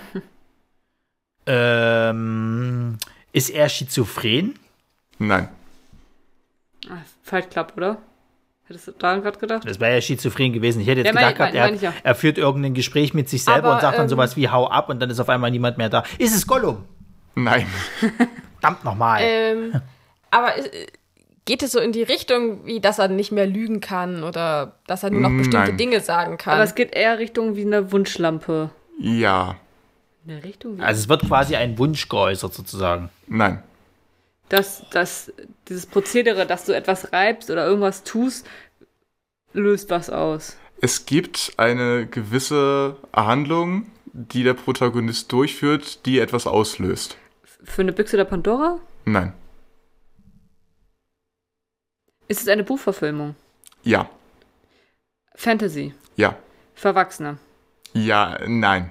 A: Ähm, ist er schizophren?
B: Nein.
E: Ah, Fight Club, oder? Hättest du daran gerade gedacht?
A: Das wäre ja schizophren gewesen. Ich hätte jetzt
E: Ja, mein-
A: gedacht, gehabt,
E: mein-
A: er,
E: mein ich ja.
A: er führt irgendein Gespräch mit sich selber
D: Aber,
A: und sagt dann
D: ähm,
A: sowas wie hau ab und dann ist auf einmal niemand mehr da. Ist es Gollum?
B: Nein.
A: Verdammt nochmal.
D: Ähm, aber äh, geht es so in die Richtung, wie dass er nicht mehr lügen kann oder dass er nur noch bestimmte
B: Nein.
D: Dinge sagen kann?
E: Aber es geht eher Richtung wie eine Wunschlampe.
B: Ja.
E: Eine Richtung wie.
A: also es wird quasi ein Wunsch geäußert sozusagen.
B: Nein.
E: dass, dass dieses Prozedere, dass du etwas reibst oder irgendwas tust, löst was aus.
B: Es gibt eine gewisse Handlung, die der Protagonist durchführt, die etwas auslöst.
E: Für eine Büchse der Pandora?
B: Nein.
E: Ist es eine Buchverfilmung?
B: Ja.
E: Fantasy.
B: Ja.
E: Für Erwachsene.
B: Ja. Nein.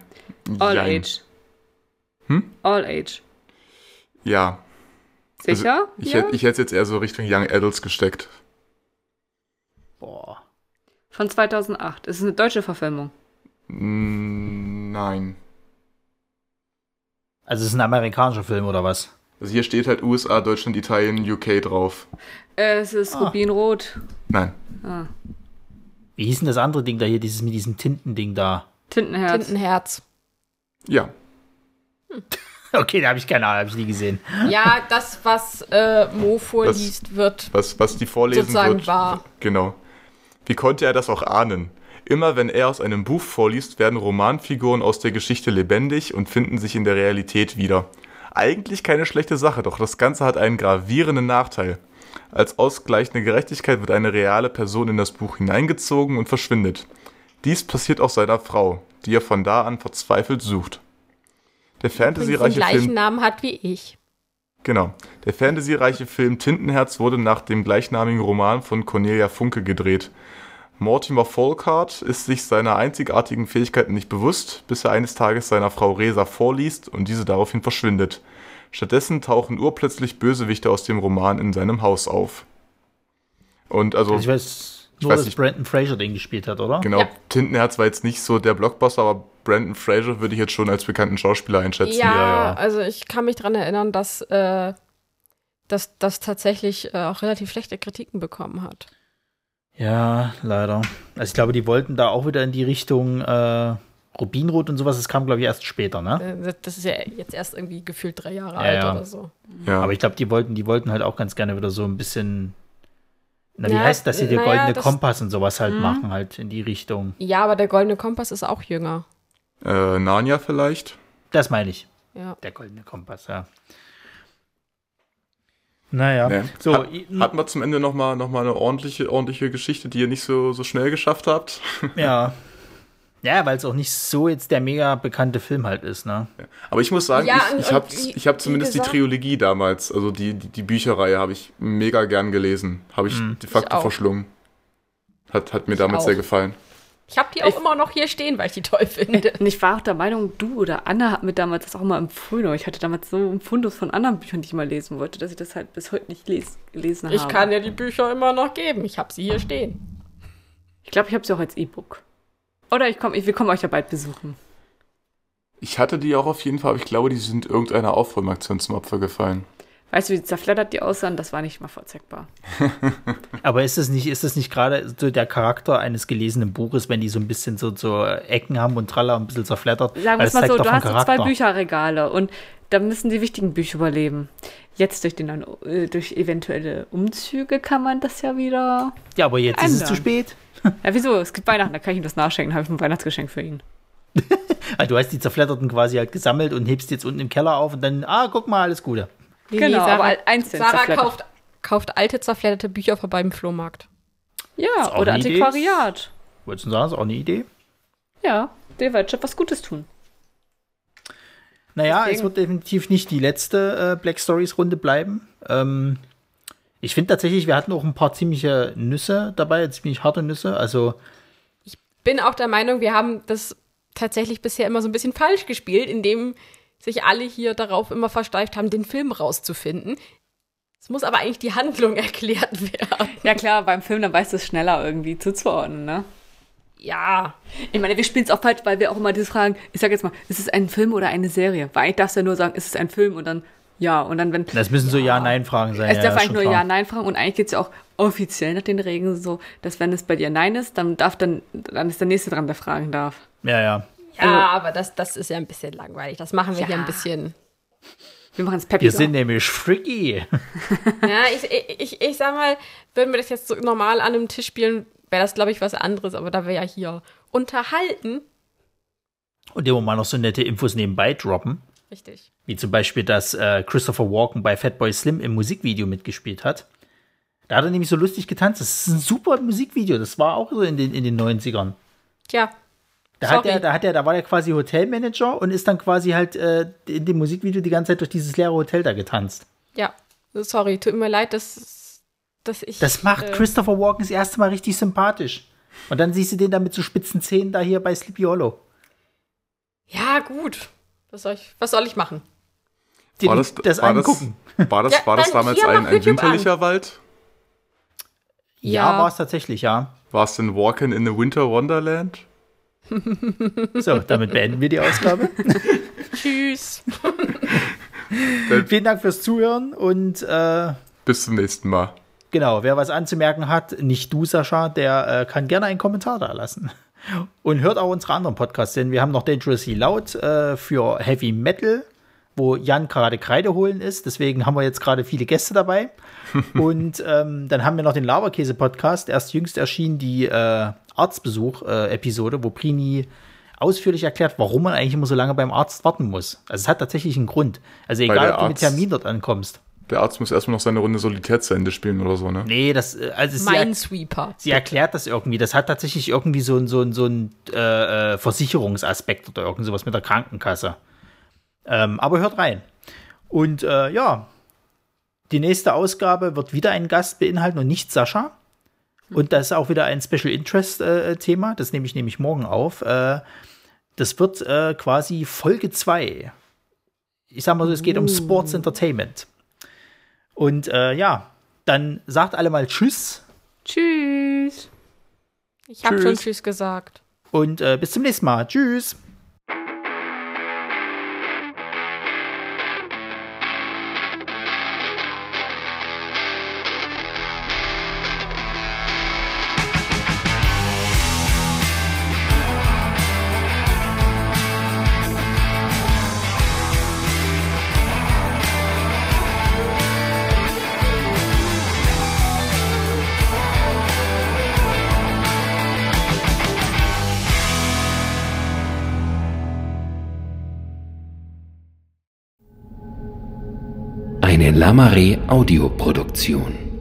E: All
B: Jein.
E: Age.
B: Hm?
E: All Age.
B: Ja. Also
E: Sicher?
B: Ich,
E: ja?
B: hätte, ich hätte es jetzt eher so Richtung Young Adults gesteckt.
A: Boah.
E: Von 2008. Es ist eine deutsche Verfilmung.
B: Mm, Nein.
A: Also es ist ein amerikanischer Film oder was?
B: Also hier steht halt USA, Deutschland, Italien, UK drauf.
E: Es ist
A: Ah.
E: Rubinrot.
B: Nein.
E: Ah.
A: Wie hieß denn das andere Ding da hier, dieses mit diesem Tintending da?
E: Tintenherz.
D: Tintenherz.
B: Ja.
A: Okay, da habe ich keine Ahnung, habe ich nie gesehen.
D: Ja, das, was äh, Mo vorliest,
B: vorliest,
D: wird
B: Was, was die vorlesen
D: Sozusagen
B: wird.
D: wahr.
B: Genau. Wie konnte er das auch ahnen? Immer wenn er aus einem Buch vorliest, werden Romanfiguren aus der Geschichte lebendig und finden sich in der Realität wieder. Eigentlich keine schlechte Sache, doch das Ganze hat einen gravierenden Nachteil. Als ausgleichende Gerechtigkeit wird eine reale Person in das Buch hineingezogen und verschwindet. Dies passiert auch seiner Frau, die er von da an verzweifelt sucht. Der
D: den
B: fantasyreiche
D: gleichen
B: Film
D: Namen hat wie ich.
B: Genau. Der fantasyreiche Film Tintenherz wurde nach dem gleichnamigen Roman von Cornelia Funke gedreht. Mortimer Folkart ist sich seiner einzigartigen Fähigkeiten nicht bewusst, bis er eines Tages seiner Frau Resa vorliest und diese daraufhin verschwindet. Stattdessen tauchen urplötzlich Bösewichte aus dem Roman in seinem Haus auf. Und also,
A: Ich weiß, Nur,
B: weiß
A: dass
B: nicht.
A: Brandon Fraser den gespielt hat, oder?
B: Genau,
D: Ja.
B: Tintenherz war jetzt nicht so der Blockbuster, aber Brandon Fraser würde ich jetzt schon als bekannten Schauspieler einschätzen.
D: Ja, also ich kann mich daran erinnern, dass äh, dass das tatsächlich äh, auch relativ schlechte Kritiken bekommen hat.
A: Ja, leider. Also ich glaube, die wollten da auch wieder in die Richtung äh, Rubinrot und sowas. Das kam, glaube ich, erst später, ne?
D: Äh, das- Das ist ja jetzt erst irgendwie gefühlt drei Jahre
A: Ja,
D: alt
A: ja.
D: oder so.
B: ja.
A: Aber ich glaube, die wollten, die wollten halt auch ganz gerne wieder so ein bisschen. Na, wie
D: Ja,
A: heißt das hier, der
D: naja,
A: goldene
D: das-
A: Kompass und sowas halt machen, halt in die Richtung.
D: Ja, aber der Goldene Kompass ist auch jünger.
B: äh, Narnia vielleicht.
A: Das meine ich.
D: Ja.
A: Der goldene Kompass, ja. Naja.
B: Nee.
A: So,
B: Hat-
A: i-
B: Hatten wir zum Ende nochmal noch mal eine ordentliche, ordentliche Geschichte, die ihr nicht so, so schnell geschafft habt.
A: ja. Ja, weil es auch nicht so jetzt der mega bekannte Film halt ist, ne?
B: Aber ich muss sagen,
D: Ja,
B: ich,
D: und-
B: ich habe
D: und wie-
B: ich hab
D: wie
B: zumindest die
D: gesagt-
B: Trilogie damals, also die, die, die Bücherreihe, habe ich mega gern gelesen. Habe ich
A: Mhm.
B: de
D: Ich
B: facto
D: auch.
B: verschlungen. Hat, hat mir damals
D: auch.
B: sehr gefallen.
D: Ich habe die auch immer noch hier stehen, weil ich die toll finde.
E: Und ich war auch der Meinung, du oder Anna hat mir damals das auch mal empfohlen. Aber ich hatte damals so einen Fundus von anderen Büchern, die ich mal lesen wollte, dass ich das halt bis heute nicht les gelesen habe.
D: Ich kann dir die Bücher immer noch geben. Ich habe sie hier stehen.
E: Ich glaube, ich habe sie auch als E-Book. Oder ich komm, ich, wir kommen euch ja bald besuchen.
B: Ich hatte die auch auf jeden Fall, aber ich glaube, die sind irgendeiner Aufräumaktion zum Opfer gefallen.
E: Weißt du, wie zerfleddert die aussahen? Das war nicht mal vorzeigbar.
A: Aber ist das nicht, ist das nicht gerade so der Charakter eines gelesenen Buches, wenn die so ein bisschen so, so Ecken haben und tralla ein bisschen zerflattert?
E: Sagen wir
A: Weil das
E: es mal
A: zeigt
E: so,
A: doch
E: du
A: vom
E: hast so zwei
A: Charakter.
E: Bücherregale und da müssen die wichtigen Bücher überleben. Jetzt durch, den, neuen- äh, durch eventuelle Umzüge kann man das ja wieder.
A: Ja, aber jetzt ist es
E: ändern.
A: zu spät.
E: Ja, wieso? Es gibt Weihnachten, da kann ich ihm das nachschenken, habe ich ein Weihnachtsgeschenk für ihn.
A: Ah, du hast die zerflatterten quasi halt gesammelt und hebst jetzt unten im Keller auf und dann, ah, guck mal, alles Gute.
E: Genau, aber einzeln
D: Sarah
E: zerfleddert.
D: kauft, kauft alte, zerfledderte Bücher vorbei im Flohmarkt.
E: Ja,
A: auch
E: oder
A: eine Idee.
E: Antiquariat.
A: Wolltest du sagen, ist auch eine Idee?
E: Ja, der Wirtschaft was Gutes tun.
A: Naja,
E: Deswegen-
A: es wird definitiv nicht die letzte äh, Black Stories Runde bleiben. Ähm, ich finde tatsächlich, wir hatten auch ein paar ziemliche Nüsse dabei, ziemlich harte Nüsse. Also,
D: Bin auch der Meinung, wir haben das tatsächlich bisher immer so ein bisschen falsch gespielt, indem sich alle hier darauf immer versteift haben, den Film rauszufinden. Es muss aber eigentlich die Handlung erklärt werden.
E: Ja klar, beim Film, dann weißt du es schneller irgendwie zuzuordnen, ne?
D: Ja.
E: Ich meine, wir spielen es auch falsch, weil wir auch immer diese Fragen, ich sag jetzt mal, ist es ein Film oder eine Serie? Weil ich darfst ja nur sagen, ist es ein Film und dann ja und dann wenn
A: das müssen so Ja-Nein-Fragen sein.
E: es darf
A: ist
E: eigentlich
A: schon
E: nur
A: klar.
E: Ja-Nein-Fragen und eigentlich geht es ja auch offiziell nach den Regeln so, dass wenn es bei dir Nein ist, dann darf dann, dann ist der Nächste dran, der fragen darf.
A: Ja, ja.
D: Ja, Also aber das, das ist ja ein bisschen langweilig. Das machen wir hier ein bisschen.
E: Wir machen es peppig.
A: Wir sind nämlich freaky.
D: Ja, ich, ich, ich, ich sag mal, würden wir das jetzt so normal an einem Tisch spielen, wäre das, glaube ich, was anderes. Aber da wir ja hier unterhalten.
A: Und immer mal noch so nette Infos nebenbei droppen.
D: Richtig.
A: Wie zum Beispiel, dass äh, Christopher Walken bei Fatboy Slim im Musikvideo mitgespielt hat. Da hat er nämlich so lustig getanzt. Das ist ein super Musikvideo. Das war auch so in den, in den 90ern.
D: Tja,
A: Da hat,
D: Sorry.
A: er, da hat er, da war er quasi Hotelmanager und ist dann quasi halt äh, in dem Musikvideo die ganze Zeit durch dieses leere Hotel da getanzt.
D: ja. Sorry, tut mir leid, dass, dass ich.
A: Das macht
D: äh,
A: Christopher Walken das erste Mal richtig sympathisch. Und dann siehst du den da mit so spitzen Zähnen da hier bei Sleepy Hollow.
D: Ja, gut. Was soll ich, was soll ich machen?
A: Den, das angucken.
B: War das,
D: Ja,
B: war das
D: dann
B: damals
D: hier,
B: ein,
D: mach
B: ein
D: YouTube an.
B: winterlicher Wald?
A: ja,
D: Ja.
A: war es tatsächlich, ja.
B: War es denn Walking in the Winter Wonderland?
A: So, damit beenden wir die Ausgabe.
D: Tschüss.
A: Vielen Dank fürs Zuhören und äh,
B: Bis zum nächsten Mal.
A: genau, wer was anzumerken hat, nicht du, Sascha, der äh, kann gerne einen Kommentar da lassen. Und hört auch unsere anderen Podcasts, denn wir haben noch Dangerously Loud äh, für Heavy Metal, wo Jan gerade Kreide holen ist. Deswegen haben wir jetzt gerade viele Gäste dabei. Und ähm, dann haben wir noch den Laberkäse-Podcast. Erst jüngst erschien die äh, Arztbesuch-Episode, wo Prini ausführlich erklärt, warum man eigentlich immer so lange beim Arzt warten muss. Also es hat tatsächlich einen Grund. Also egal,
B: der
A: ob du mit
B: Arzt-
A: Termin dort ankommst.
B: Der Arzt muss erstmal noch seine Runde Solitär zu Ende spielen oder so, ne?
A: Nee, das, äh, also sie, er,
D: Minesweeper.
A: sie erklärt das irgendwie. Das hat tatsächlich irgendwie so einen so ein- so ein, äh, äh, Versicherungsaspekt oder irgend sowas mit der Krankenkasse. Ähm, aber hört rein. Und äh, ja, die nächste Ausgabe wird wieder einen Gast beinhalten und nicht Sascha. Und das ist auch wieder ein Special Interest äh, Thema. Das nehme ich nämlich morgen auf. Äh, das wird äh, quasi Folge 2. Ich sag mal so, es geht um Sports Entertainment. Und äh, ja, dann sagt alle mal Tschüss.
E: Tschüss.
D: Ich habe schon
B: Tschüss.
D: Tschüss gesagt.
A: Und äh, bis zum nächsten Mal. Tschüss.
F: Eine Lamare Audioproduktion.